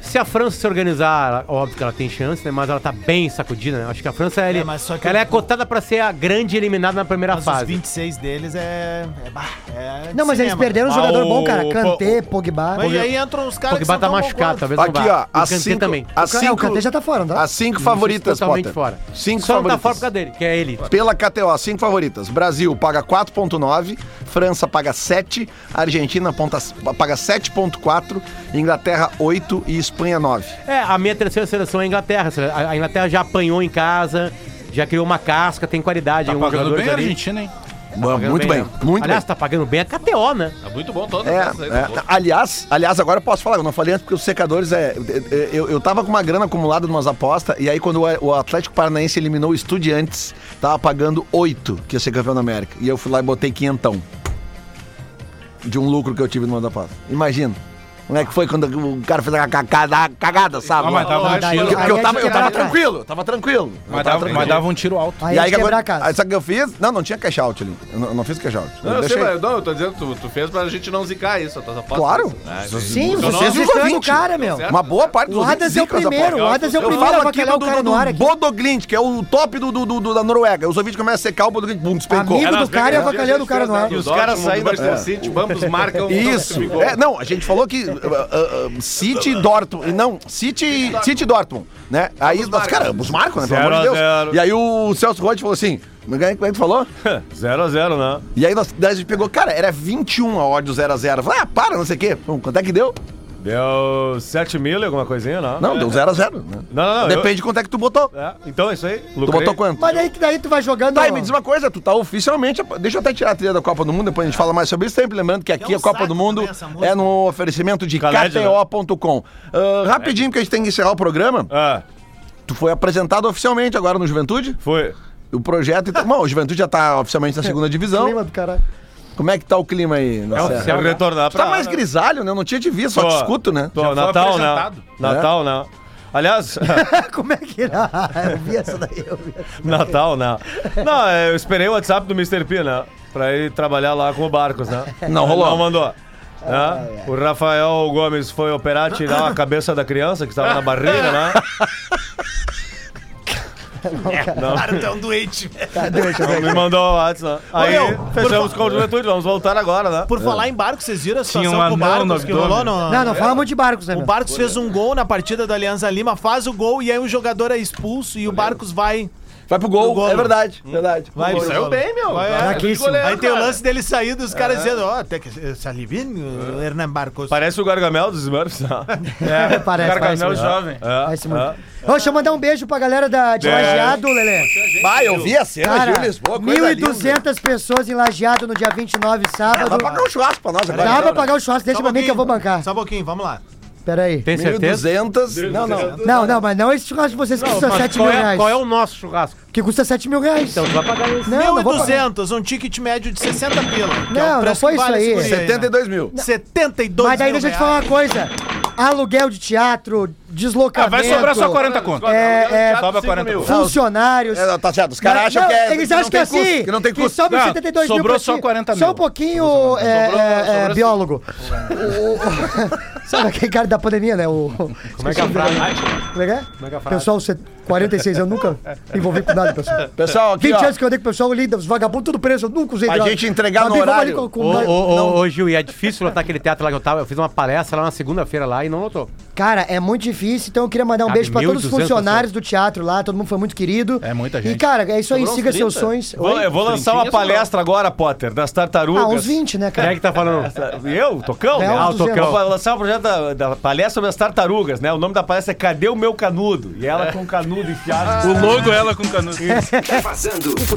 Speaker 6: Se a França se organizar, ela- óbvio que ela tem chance, né? Mas ela tá bem sacudida, né? Acho que a França ele-
Speaker 5: É, mas só que
Speaker 6: ela
Speaker 5: eu-
Speaker 6: é cotada pra ser a grande eliminada na primeira
Speaker 5: Mas os
Speaker 6: fase.
Speaker 5: 26 deles é. é, bah, é
Speaker 7: Não, mas eles
Speaker 5: cinema.
Speaker 7: perderam um
Speaker 3: Ah,
Speaker 7: jogador bom,
Speaker 3: o-
Speaker 7: cara.
Speaker 3: o-
Speaker 7: Kanté, Pogba.
Speaker 5: Mas e aí entram os caras
Speaker 6: Porque
Speaker 7: tá
Speaker 6: bata
Speaker 5: tão
Speaker 6: tá machucado,
Speaker 5: bom quanto.
Speaker 6: talvez não
Speaker 1: Aqui, ó,
Speaker 6: vá. E o
Speaker 1: as
Speaker 6: Kanté
Speaker 1: cinco,
Speaker 6: também.
Speaker 1: as
Speaker 7: É, o
Speaker 1: cinco,
Speaker 7: Kanté já tá fora, não tá?
Speaker 1: as cinco favoritas,
Speaker 6: totalmente
Speaker 1: Potter.
Speaker 6: fora.
Speaker 1: Cinco
Speaker 6: Só não tá
Speaker 1: favoritas.
Speaker 6: fora por causa dele, que é ele.
Speaker 1: Pela KTO, as cinco favoritas. Brasil paga 4,9, França paga 7, Argentina ponta- paga 7,4, Inglaterra 8 e Espanha 9.
Speaker 6: É, a minha terceira seleção é a Inglaterra. A- A Inglaterra já apanhou em casa, já criou uma casca, tem qualidade.
Speaker 4: Tá
Speaker 6: alguns
Speaker 4: pagando
Speaker 6: jogadores
Speaker 4: bem a
Speaker 6: ali.
Speaker 4: Argentina, hein?
Speaker 6: Pagando
Speaker 1: muito bem,
Speaker 6: né?
Speaker 1: muito
Speaker 6: Aliás,
Speaker 1: bem.
Speaker 6: tá pagando bem a KTO, né?
Speaker 8: Tá muito bom todo.
Speaker 1: É, é, aliás, aliás, agora eu posso falar, eu não falei antes porque os secadores é. é, Eu, eu tava com uma grana acumulada em umas apostas, e aí quando o o Atlético Paranaense eliminou o Estudiantes, tava pagando 8 que ia ser campeão da América. E eu fui lá e botei quinhentão. De um lucro que eu tive numa da aposta. Imagina. Como é que foi quando o cara fez a cagada, cagada sabe?
Speaker 4: Ah,
Speaker 3: tá
Speaker 4: mas tava um
Speaker 1: Porque-
Speaker 4: tiro-
Speaker 1: porque
Speaker 7: Aí
Speaker 1: eu
Speaker 7: é
Speaker 1: tava, eu
Speaker 7: de
Speaker 1: tava
Speaker 7: quebrar,
Speaker 1: tranquilo, tava tranquilo. Eu
Speaker 4: mas
Speaker 1: tava
Speaker 4: dava-
Speaker 1: tranquilo.
Speaker 4: Mas dava um tiro alto.
Speaker 7: Aí,
Speaker 1: E aí,
Speaker 7: aí
Speaker 1: que
Speaker 7: quebrar
Speaker 1: agora,
Speaker 7: a casa.
Speaker 1: aí sabe o que eu fiz? Não, não tinha cash out ali. Eu não, eu não fiz cash out.
Speaker 8: Não, eu
Speaker 1: deixei.
Speaker 8: sei, mas não, eu tô dizendo, tu, tu fez pra gente não zicar isso, as tuas apostas.
Speaker 1: Claro.
Speaker 8: Ah,
Speaker 7: Sim,
Speaker 1: Então
Speaker 7: vocês
Speaker 1: nós-
Speaker 7: estão
Speaker 1: Vocês
Speaker 7: o cara, meu.
Speaker 8: certo.
Speaker 1: Uma boa parte
Speaker 7: O Adas é o
Speaker 1: zicas da
Speaker 7: primeiro,
Speaker 1: aposta.
Speaker 7: o Adas é o
Speaker 1: Eu
Speaker 7: primeiro
Speaker 1: falo
Speaker 7: a
Speaker 1: aqui
Speaker 7: bacalhar
Speaker 1: do,
Speaker 7: o cara
Speaker 1: do,
Speaker 7: no ar
Speaker 1: do
Speaker 7: aqui.
Speaker 1: Bodoglint, que é o top do, do, do- do- da Noruega. Os ouvintes começam a secar o Bodoglint, bum, despencou.
Speaker 7: Amigo
Speaker 8: Las
Speaker 7: do cara e
Speaker 8: Vegas,
Speaker 7: avacalhando o cara no ar.
Speaker 8: E
Speaker 3: Os
Speaker 8: os
Speaker 3: caras
Speaker 8: caras
Speaker 3: saindo
Speaker 8: saindo da City, ambos marcam.
Speaker 7: então,
Speaker 1: Isso. É, não, a gente falou que uh, uh, uh, City e Dortmund. Não, City, City e Dortmund, né? Aí, nós, cara, os marcos, né? Pelo
Speaker 3: Zero
Speaker 1: amor
Speaker 3: a
Speaker 1: de Deus.
Speaker 3: zero.
Speaker 1: E aí o Celso Rotti falou assim. Como é que tu falou?
Speaker 3: 0x0, né?
Speaker 1: um E aí nós, daí a gente pegou, cara, era 21 a odd do 0x0. Falei, ah, para, não sei o quê. Pum, Quanto é que deu?
Speaker 3: Deu 7 mil e alguma coisinha, não?
Speaker 1: Não, deu 0x0. Zero a zero, né?
Speaker 3: Não, não, não. eu-
Speaker 1: Depende de quanto é que tu botou.
Speaker 3: É, então é isso aí.
Speaker 1: Tu botou quanto?
Speaker 7: Mas daí, daí tu vai jogando.
Speaker 1: Tá, e me diz uma coisa, tu tá oficialmente. Deixa eu até tirar a trilha da Copa do Mundo, depois a gente fala mais sobre isso. Sempre lembrando que aqui
Speaker 5: É um
Speaker 1: a Copa
Speaker 5: saco
Speaker 1: do Mundo
Speaker 5: também essa música.
Speaker 1: é no oferecimento de
Speaker 3: Caled, né?
Speaker 1: KTO.com. Ah, rapidinho, que a gente tem que encerrar o programa.
Speaker 3: Ah,
Speaker 1: Tu foi apresentado oficialmente agora no Juventude.
Speaker 3: foi.
Speaker 1: O projeto. Então, bom, o Juventude já tá oficialmente na segunda
Speaker 7: Clima
Speaker 1: divisão.
Speaker 7: do caralho.
Speaker 1: Como é que tá o clima aí? na Serra?
Speaker 3: Se eu retornar
Speaker 1: Tu
Speaker 3: pra.
Speaker 1: tá mais grisalho, né? Eu não tinha te visto, só
Speaker 3: Tô.
Speaker 1: te escuto, né?
Speaker 3: Tô, Natal, não. Natal, não.
Speaker 7: <laughs>
Speaker 3: Aliás,
Speaker 7: Como é <laughs> que era? Eu vi essa daí. Eu vi essa.
Speaker 3: Natal, não. Não, é, eu esperei o WhatsApp do Mr. P, né? Pra ir trabalhar lá com o Barcos, né?
Speaker 1: Não rolou.
Speaker 3: Não mandou.
Speaker 7: Ah,
Speaker 3: Né? O Rafael Gomes foi operar, tirar a cabeça da criança que estava na
Speaker 7: <laughs>
Speaker 3: barriga, né?
Speaker 5: Cara, tu é
Speaker 7: <laughs>
Speaker 5: um doente.
Speaker 7: Tá
Speaker 3: Não me mandou o WhatsApp. né? Aí
Speaker 5: meu, por
Speaker 3: fechamos com o Juventude, vamos voltar agora, né?
Speaker 5: Por falar em barco, vocês viram a situação
Speaker 4: um
Speaker 5: com o
Speaker 4: anão no
Speaker 5: Barcos que
Speaker 4: abdômen.
Speaker 5: rolou? No...
Speaker 7: Não, não fala muito de barcos, né?
Speaker 5: O
Speaker 7: meu?
Speaker 5: Barcos fez um gol na partida da Alianza Lima, faz o gol e aí um jogador é expulso e o Barcos vai.
Speaker 1: Vai pro gol,
Speaker 5: Pro gol. Hum.
Speaker 1: é verdade, verdade.
Speaker 5: vai pro
Speaker 8: Saiu
Speaker 5: gol.
Speaker 8: bem, meu.
Speaker 5: Vai, é.
Speaker 8: Tá de goleiro,
Speaker 5: Aí tem o
Speaker 8: cara.
Speaker 5: lance dele sair dos caras dizendo, ó, até que Salivino, Hernan Barcos.
Speaker 3: É. Parece o Gargamel dos Smurfs, né?
Speaker 7: É, parece, parece.
Speaker 4: Gargamel
Speaker 7: muito.
Speaker 4: jovem.
Speaker 3: É,
Speaker 7: Parece muito. Ô, deixa eu mandar um beijo pra galera da, de Lajeado, Lelê.
Speaker 1: Vai, eu vi a cena,
Speaker 7: Cara,
Speaker 1: Gil Lisboa, coisa linda.
Speaker 7: 1.200 pessoas em Lajeado no dia 29, sábado.
Speaker 1: Vai pagar um churrasco pra nós agora.
Speaker 7: Dá pra
Speaker 1: então, né?
Speaker 7: pagar o churrasco, deixa
Speaker 5: Só um
Speaker 7: pra mim que eu vou
Speaker 5: pouquinho,
Speaker 7: bancar.
Speaker 5: Só um pouquinho, vamos lá.
Speaker 7: Pera aí.
Speaker 6: Tem certeza?
Speaker 1: 1.200. Não, não.
Speaker 7: Não, não, mas não esse churrasco de vocês que custa 7 mil
Speaker 6: Qual é,
Speaker 7: reais.
Speaker 6: qual é o nosso churrasco?
Speaker 7: Que custa 7 mil reais.
Speaker 6: Então tu vai pagar isso.
Speaker 7: não, não vou pagar.
Speaker 5: 1.200, um ticket médio de 60 pila. que é o
Speaker 7: Não, não
Speaker 5: preço
Speaker 7: foi
Speaker 5: que
Speaker 7: isso
Speaker 5: vale
Speaker 7: aí.
Speaker 5: esse guri né?
Speaker 1: 72 mil.
Speaker 5: 72
Speaker 7: Mas daí
Speaker 5: mil
Speaker 7: deixa eu te
Speaker 5: reais.
Speaker 7: falar uma coisa. Aluguel de teatro,
Speaker 4: Ah,
Speaker 7: deslocamento...
Speaker 4: vai sobrar só 40 conto.
Speaker 7: É, é,
Speaker 4: Sobra 40
Speaker 8: mil.
Speaker 4: conto.
Speaker 7: Funcionários...
Speaker 1: É, tá certo, os caras acham
Speaker 7: Não,
Speaker 1: que é.
Speaker 7: Eles
Speaker 1: não
Speaker 7: acham que é
Speaker 1: tem
Speaker 7: assim.
Speaker 1: custo, Que não tem
Speaker 7: que
Speaker 1: custo.
Speaker 7: sobra
Speaker 4: Não,
Speaker 7: 72 mil.
Speaker 4: sobrou
Speaker 7: pra
Speaker 4: só
Speaker 7: ti.
Speaker 4: 40
Speaker 7: Só um
Speaker 4: mil.
Speaker 7: pouquinho, é, é, é, biólogo. O- o- Sabe aquele cara da pandemia, né? O, Como é que é a frase? Como é que é? Pessoal, você- 46 eu nunca envolvi com nada, pessoal.
Speaker 1: Pessoal, aqui,
Speaker 7: 20
Speaker 1: ó,
Speaker 7: anos que eu andei com o pessoal, lindo, os vagabundos, tudo preso, eu nunca usei
Speaker 1: Pra gente
Speaker 7: Mas
Speaker 1: entregar no
Speaker 7: bem, vamos ali
Speaker 1: horário.
Speaker 7: com-
Speaker 6: Ô,
Speaker 7: com-
Speaker 6: ô, ô, ô, Gil, e é difícil lotar aquele teatro lá que eu tava. Eu fiz uma palestra lá na segunda-feira lá e não lotou.
Speaker 7: Cara, é muito difícil, então eu queria mandar um
Speaker 6: Cabe
Speaker 7: beijo pra todos os
Speaker 6: 1.200
Speaker 7: funcionários do teatro lá, todo mundo foi muito querido.
Speaker 4: É muita
Speaker 7: E,
Speaker 4: gente.
Speaker 7: cara, é isso aí, siga seus sonhos.
Speaker 3: Vou-
Speaker 7: Oi?
Speaker 3: eu vou lançar uma palestra agora, Potter, das tartarugas.
Speaker 7: Ah, uns 20, né,
Speaker 6: Quem é
Speaker 7: cara?
Speaker 6: que tá falando?
Speaker 3: E <laughs> Eu? Tocão?
Speaker 7: É,
Speaker 3: né?
Speaker 7: uns
Speaker 3: Ah, o
Speaker 7: 200.
Speaker 3: Tocão. Vai lançar o projeto da, da palestra sobre as tartarugas, né? O nome da palestra é Cadê o Meu Canudo? E ela com o canudo enfiado.
Speaker 4: O logo é ela com canudo.
Speaker 9: Vazando. O programa